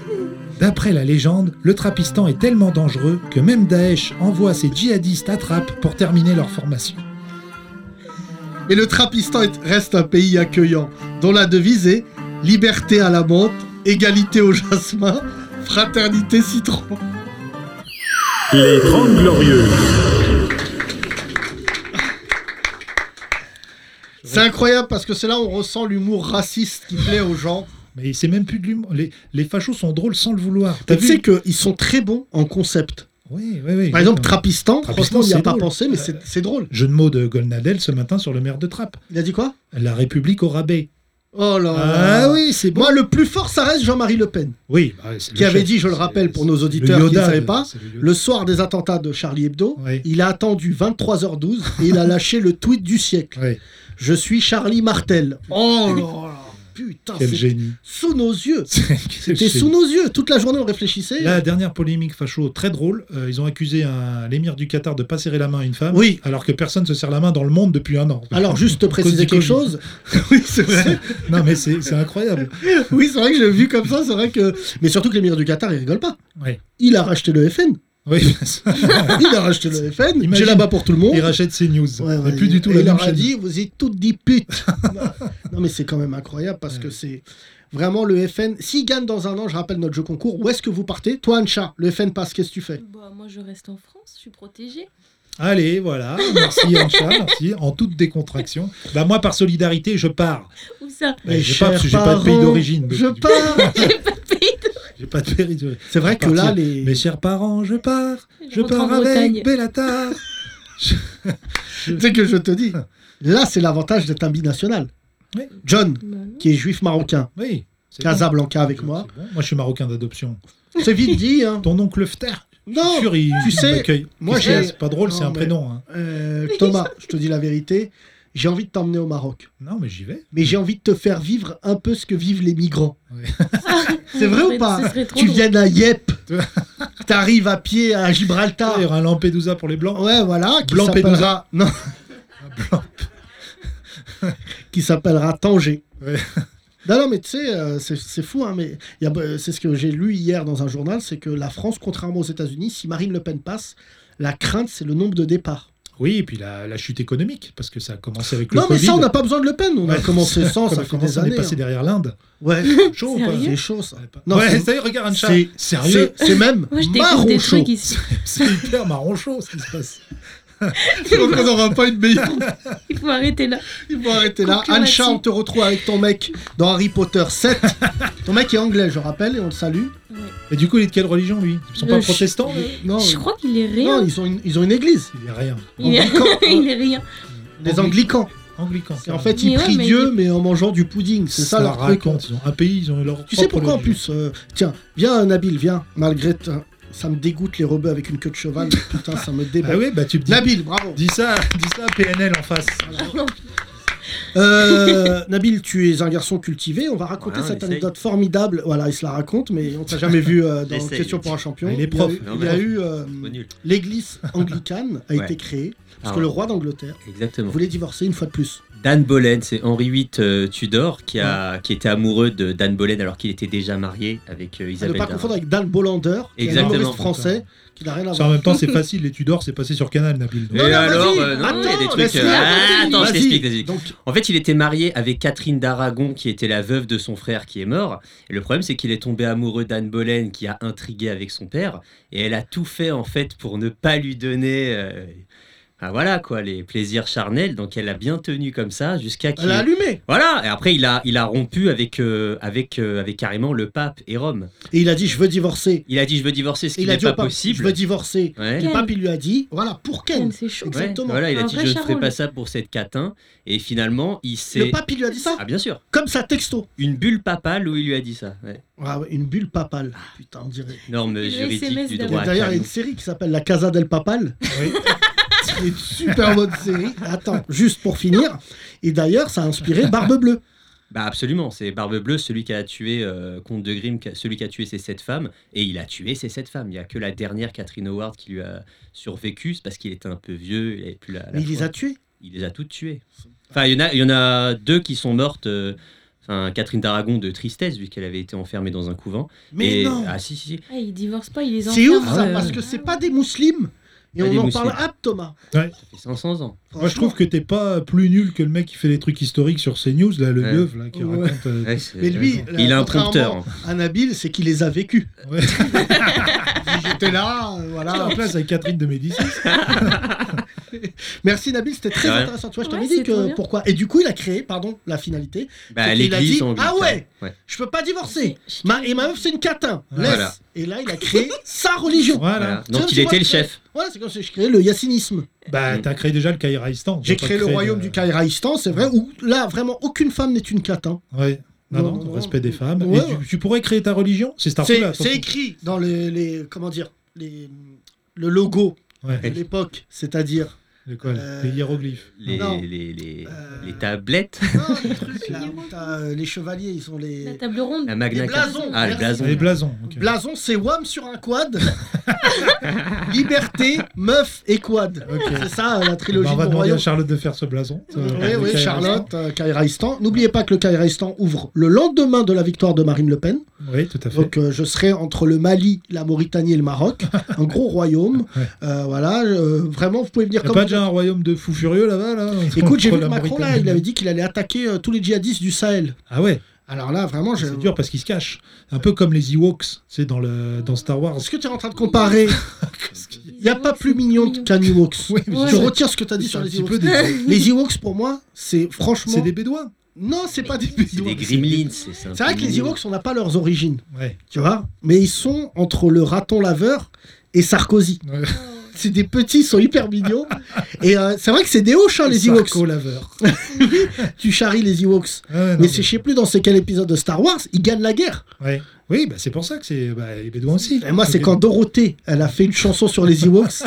D'après la légende, le Trappistan est tellement dangereux que même Daesh envoie ses djihadistes à Trappes pour terminer leur formation. Et le Trappistan est- reste un pays accueillant, dont la devise est liberté à la menthe, égalité au jasmin, fraternité citron. Les 30 Glorieuses. C'est incroyable parce que c'est là où on ressent l'humour raciste qui plaît aux gens. Mais c'est même plus de l'humour. Les, les fachos sont drôles sans le vouloir. T'as Tu sais vu qu'ils sont très bons en concept. Oui, oui, oui. Par exemple, Trappistan, Trappistan, franchement, on n'y a c'est pas drôle. pensé, mais c'est c'est drôle. Jeu de mots de Golnadel ce matin sur le maire de Trappes. Il a dit quoi La République au rabais. Oh là là. Ah oui, c'est bon. Moi, le plus fort, ça reste Jean-Marie Le Pen, Oui, bah, c'est le qui avait chef. dit, je le C'est- rappelle pour nos c'est auditeurs le qui ne Yoda savaient de- pas, c'est le Yoda. le soir des attentats de Charlie Hebdo, Ouais. il a attendu 23h12 et il a lâché le tweet du siècle. Ouais, Je suis Charlie Martel. Oh là là Putain, quel Ah, c'est [laughs] génie. sous nos yeux C'était C'était sous nos yeux Toute la journée, on réfléchissait. La dernière polémique facho très drôle, euh, ils ont accusé un- l'émir du Qatar de pas serrer la main à une femme, Oui. alors que personne se serre la main dans le monde depuis un an. [laughs] Alors, juste te À cause du préciser quelque Covid. chose. oui, c'est vrai. [laughs] non mais c'est c'est incroyable. oui, c'est vrai que j'ai vu comme ça, c'est vrai que... Mais surtout que l'émir du Qatar, il rigole pas. Ouais. Il a racheté le FN. Oui, [laughs] ça- Il a racheté le FN. J'ai Imagine. là-bas pour tout le monde. il rachète ses news. Ouais, ouais, C'est plus il- du tout et la il même leur a chaîne. dit, vous êtes toutes des [laughs] putes. non, non, mais c'est quand même incroyable parce que c'est vraiment le FN. S'il gagne dans un an, je rappelle notre jeu concours, où est-ce que vous partez Toi, Ancha, le FN passe, qu'est-ce que tu fais Bah, moi, je reste en France, je suis protégée. Allez, voilà. Merci Ancha, merci. En toute décontraction. Bah moi par solidarité, je pars. [laughs] Où ça Ouais, Mes Bah, j'ai pas- parce que j'ai chers pas de pays parents, d'origine, donc Je du coup. pars [laughs] J'ai pas de péril. C'est vrai que Partir. là, les. Mes chers parents, je pars. Je rentre en pars [laughs] Bretagne. avec Bellatar. [laughs] Tu sais que je te dis, Là, c'est l'avantage d'être un binational. Oui. John, Bah, non. qui est juif marocain, Oui. c'est Casablanca avec bon. [laughs] moi. C'est bon. Moi, je suis marocain d'adoption. C'est vite dit, hein. Ton oncle Fter. Non, sûr, il, tu il sais, m'accueille. moi, Qu'est-ce qu'il y a j'ai- C'est pas drôle, Non, c'est un mais- prénom. hein. euh, Thomas, je te dis la vérité. J'ai envie de t'emmener au Maroc. Non, mais j'y vais. Mais j'ai envie de te faire vivre un peu ce que vivent les migrants. Ouais. c'est vrai ou pas Ah, Ce serait trop Tu drôle. viens [laughs] à Yep, t'arrives à pied à Gibraltar. Il y aura un Lampedusa pour les blancs. Ouais, voilà. Ah. Oh, Qui Blanc s'appellera... Non. Blanc. qui s'appellera Tanger. [laughs] Ouais. Non, non, mais tu sais, euh, c'est c'est fou, hein, mais il y a- euh, c'est ce que j'ai lu hier dans un journal, c'est que la France, contrairement aux États-Unis, si Marine Le Pen passe, la crainte, c'est le nombre de départs. Oui, et puis la, la chute économique, parce que ça a commencé avec le non, mais Covid. ça, on n'a pas besoin de Le Pen. On a Ouais, [laughs] commencé sans, Quand on ça a fait commencé, des on années. est passé hein. derrière l'inde. Ouais, Chaud, Sérieux c'est chaud, ça. Non, Non, ouais, c'est- ça y est, regarde un chat. C'est [laughs] Sérieux c'est- c'est même Moi, je découvre marron des chaud. trucs ici. [laughs] [laughs] C'est hyper marron chaud ce qui se passe. [laughs] Je crois qu'on n'aura pas une meilleure. Il faut arrêter là. Il faut arrêter là. Conclure Ancha, là-dessus. on te retrouve avec ton mec dans Harry Potter 7. ton mec est anglais, je rappelle, et on le salue. Et du coup, il est de quelle religion lui Ils sont Euh, pas je- protestants là Non, euh, Je crois qu'il est non rien. ils, ont une, ils ont une église. Il est rien. Il est, Anglicans, [laughs] il est rien. Les anglicans. Anglican. Et en fait, ils Mais ouais, prient mais Dieu, ils- mais en mangeant du pudding. C'est ça, leur truc. hein. raconte. Ils ont un pays, ils ont leur. Tu sais propre pourquoi en religion. plus euh, Tiens, viens Nabil, viens. Malgré ta- ça me dégoûte les rebeux avec une queue de cheval. Putain, ça me débat. Ah oui, bah tu me dis. Nabil, Ah, bravo. Dis ça, dis ça à PNL en face. Euh, Nabil, tu es un garçon cultivé. On va raconter Ouais, on cette essaye. anecdote formidable. Voilà, il se la raconte, mais on t'a jamais vu euh, dans Essaye. Question pour un champion. Il est prof. Il y a eu, il y a eu, Non, mais- euh, Bon, nul. l'église anglicane [laughs] a Ouais. été créée parce Ah que ouais. le roi d'angleterre Exactement. voulait divorcer une fois de plus. Dan Boleyn, c'est Henri VIII euh, Tudor qui, a, qui était amoureux de Dan Boleyn alors qu'il était déjà marié avec euh, À Ah, ne Isabelle. pas d'Arras. confondre avec Dan Bolander, qui est un Exactement. humoriste français qui n'a rien à Ça, en voir. même temps, c'est [laughs] facile. Les Tudors, c'est passé sur Canal, Nabil. Et Non, non, vas-y, alors, euh, non, il y a des attends, trucs. laisse-le euh, raconter, attends, je vas-y. t'explique, vas-y. Donc, En fait, il était marié avec Catherine d'Aragon, qui était la veuve de son frère qui est mort. Et le problème, c'est qu'il est tombé amoureux d'Anne Boleyn, qui a intrigué avec son père. Et elle a tout fait, en fait, pour ne pas lui donner. euh, ah, voilà, quoi, les plaisirs charnels. Donc, elle a bien tenu comme ça jusqu'à qu'il. elle a allumé. Voilà, et après, il a, il a rompu avec, euh, avec, euh, avec carrément le pape et Rome. Et il a dit Je veux divorcer. Il a dit Je veux divorcer, Et ce qui il a n'est dit au pas pape, Je possible. veux divorcer. Ouais. Et le Ken. pape, il lui a dit Voilà, pour Ken. Ken, C'est chaud. Ouais, Exactement. voilà, il a Un dit vrai je ne ferai charol. pas ça pour cette catin. Et finalement, il s'est. Le pape, il lui a dit ça Ah, bien sûr. Comme ça, texto. Une bulle papale où il lui a dit ça. Ouais. Ah ouais, une bulle papale. Putain, on dirait. Norme Le juridique SMS du d'avant. droit. D'ailleurs, il y a canon. une série qui s'appelle La Casa del Papal. C'est [laughs] une super bonne série. Attends, juste pour finir. Et d'ailleurs, ça a inspiré Barbe Bleue. Bah absolument, c'est Barbe Bleue, celui qui a tué euh, Comte de Grimm, qui a- celui qui a tué ces sept femmes, et il a tué ces sept femmes. Il n'y a que la dernière Catherine Howard qui lui a survécu, c'est parce qu'il était un peu vieux, il avait plus la. la Mais il les foi. a tués. Il les a toutes tuées. Enfin, il y en a, il y en a deux qui sont mortes. euh, Enfin, Catherine d'Aragon de tristesse, vu qu'elle avait été enfermée dans un couvent. Mais Et- non Ah si, si, si. Ah, il divorce pas, il les C'est ouf enferme, ça, euh, parce que c'est pas des musulmans. Et Pas on des en musulmans. parle hop, Thomas. ça fait 500 ans. Moi, je trouve que t'es pas plus nul que le mec qui fait des trucs historiques sur CNews, là, le Ouais. vieux, là, qui Ouais. raconte. euh, Ouais, c'est- Mais lui, là, il a un contrairement prompteur. hein. à Nabil, c'est qu'il les a vécus. [laughs] Ouais. J'étais là, Ah, euh, voilà. en place avec Catherine de [laughs] Médicis. Merci Nabil, c'était très De rien. intéressant. Tu vois, je Ouais, t'avais c'est dit trop que bien. pourquoi. Et du coup, il a créé, pardon, la finalité. Bah, c'est qu'il a l'église dit, anglicane. ah ouais ouais. Je peux pas divorcer. Je- je- Ma, et ma meuf, c'est une catin. Laisse. Voilà. Et là, il a [laughs] créé sa religion. Voilà. Voilà. Tu vois, Donc ben, tu il vois, était le c'est- chef. Voilà, c'est comme si je créais le yassinisme. Bah, Mm. t'as créé déjà le Kairaïstan. J'ai créé le royaume du Kairaïstan, c'est vrai, où là, vraiment, aucune femme n'est une catin. Ouais. Non, Non, non, non, non. respect des femmes. Ouais, Et ouais. tu, tu pourrais créer ta religion C'est Starfleet, là. C'est c'est écrit dans les, les- comment dire, les, le logo de Ouais. l'époque, [laughs] c'est-à-dire. De quoi, là Euh, Les hiéroglyphes. Les, Non. les, les, Euh, les tablettes, Ah, Non, les trucs là, où t'as, euh, les chevaliers, ils sont La les. table ronde. la magna les blasons, Ah, merci. le blason. Les blasons. ok. Bah, Blason, c'est WAM sur un quad. [laughs] Liberté, meuf et quad. Ok. C'est ça euh, la Eh ben, trilogie on va de mon demander à royaume. Charlotte de faire ce blason. Euh, Ça va faire Oui, le oui, Kairaïstan. Charlotte, euh, Kairaïstan. N'oubliez pas que le Kairaïstan ouvre le lendemain de la victoire de Marine Le Pen. Oui, tout à fait. Donc euh, je serai entre le Mali, la Mauritanie et le Maroc. [laughs] Un gros royaume. Ouais. Euh, voilà, euh, vraiment, vous pouvez venir Y'a comme pas vous déjà un royaume de fous furieux là-bas là êtes. Écoute, j'ai vu Entre que la Macron, là, Mauritanie- il avait dit qu'il allait attaquer euh, tous les djihadistes du Sahel. Ah ouais, Alors là, vraiment, je... c'est dur parce qu'ils se cachent. Un peu comme les Ewoks, c'est dans, le... dans Star Wars. Est-ce que tu es en train de comparer Il n'y a pas plus mignon qu'un Ewoks. Oui, mais Ouais. Je c'est- retire ce que tu as dit c'est sur un les petit Ewoks. peu [laughs] des- Les Ewoks, pour moi, c'est franchement. C'est des Bédouins. Non, c'est pas des C'est Bédouins. des gremlins. C'est c'est un C'est vrai peu que les mignon. Ewoks, on n'a pas leurs origines, Ouais. tu vois. Mais ils sont entre le raton laveur et Sarkozy. Ouais. [laughs] c'est des petits, ils sont hyper mignons. Et euh, c'est vrai que c'est des hoches, hein, les Ewoks. Sarko laveur. [laughs] Tu charries les Ewoks. Ah, non, Mais c'est- je sais plus dans c'est quel épisode de Star Wars, ils gagnent la guerre. ouais. Oui, bah, c'est pour ça que c'est bah, les Bédouins aussi. Et moi, c'est quand Dorothée, elle a fait une chanson sur les [laughs] Ewoks.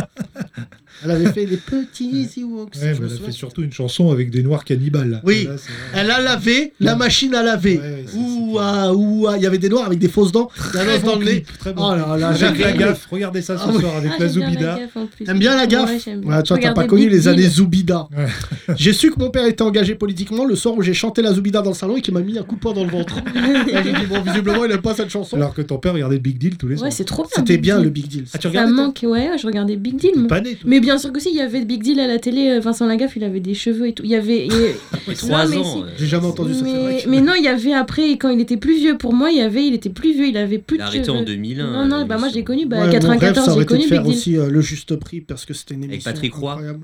elle avait fait les petits Ewoks. Ouais, je mais me elle a souviens. fait surtout une chanson avec des noirs cannibales. Oui. Là, c'est vrai. Elle a lavé la machine à laver. Ouais, ouais, c'est- Ouah, ouah. Il y avait des noirs avec des fausses dents, la Très lance bon dans le nez. clip, Très bon. Oh là là, Jacques j'ai- Lagaffe, regardez ça ce Ah oui. soir avec Ah, la j'aime bien Zoubida. gaffe en plus. T'aimes bien la gaffe Ouais, j'aime bien. Ouais, toi, t'as Regardez pas connu Big les Bill. années Zoubida. Ouais. [laughs] J'ai su que mon père était engagé politiquement le soir où j'ai chanté la Zoubida dans le salon et qu'il m'a mis un coup de poing dans le [laughs] ventre. Là, j'ai dit, bon, visiblement, il aime pas cette chanson. Alors que ton père regardait Big Deal tous les Ouais, soirs. c'est trop bien. C'était Big bien Deal. le Big Deal. Ah, tu Ça regardais toi manque, ouais, je regardais Big Deal. T'es moi. pas né, toi. Mais bien sûr que si, il y avait Big Deal à la télé, euh, Vincent Lagaffe, il avait des cheveux et tout. Il y avait. et- Et Trois mais ans. si. euh, J'ai jamais [laughs] entendu ça, c'est vrai. mais, que- mais non, il y avait après, quand il était plus vieux, pour moi, il y avait, il était plus vieux, il avait plus Il de a cheveux. arrêté en 2001. euh, Non, non, bah moi, j'ai l'émission. connu, bah Ouais, mon rêve, 94, ça aurait j'ai été de connu Big faire Deal. aussi euh, le juste prix parce que c'était une émission. Patrick Roy. incroyable.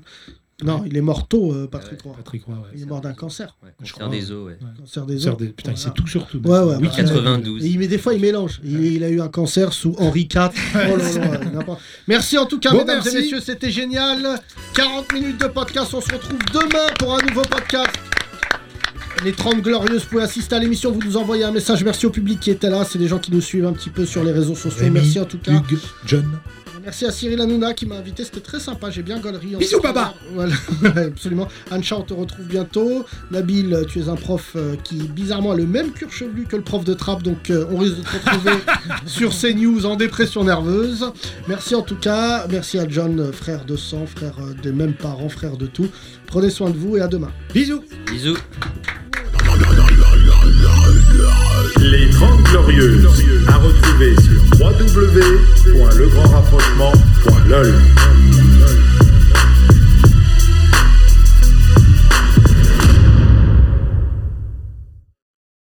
Non, il est mort tôt, euh, Patrick Roy. Patrick Roy, ouais. Il est mort d'un cancer. Ouais, Je cancer crois. des os, ouais. Cancer des Sœur os. des- Putain, Voilà. c'est tout sur tout. Ouais, ouais, Oui, bah, 92. Et il, mais des fois, il mélange. Il, il a eu un cancer sous Henri IV. [laughs] Oh là là, n'importe- merci en tout cas, Bon, mesdames et merci. messieurs, c'était génial. 40 minutes de podcast. On se retrouve demain pour un nouveau podcast. Les 30 glorieuses, vous pouvez assister à l'émission, vous nous envoyez un message. Merci au public qui était là. C'est des gens qui nous suivent un petit peu sur les réseaux sociaux. Rémi, merci en tout cas. Hugues, John. Merci à Cyril Hanouna qui m'a invité, c'était très sympa, j'ai bien gaulerie. Bisous, papa. Voilà, [laughs] absolument. Ancha, on te retrouve bientôt. Nabil, tu es un prof euh, qui, bizarrement, a le même cuir chevelu que le prof de trappe, donc euh, on risque de te [laughs] retrouver sur CNews en dépression nerveuse. Merci en tout cas, merci à John, euh, frère de sang, frère euh, des mêmes parents, frère de tout. Prenez soin de vous et à demain. Bisous. Bisous. Les 30 Glorieuses. À retrouver sur www.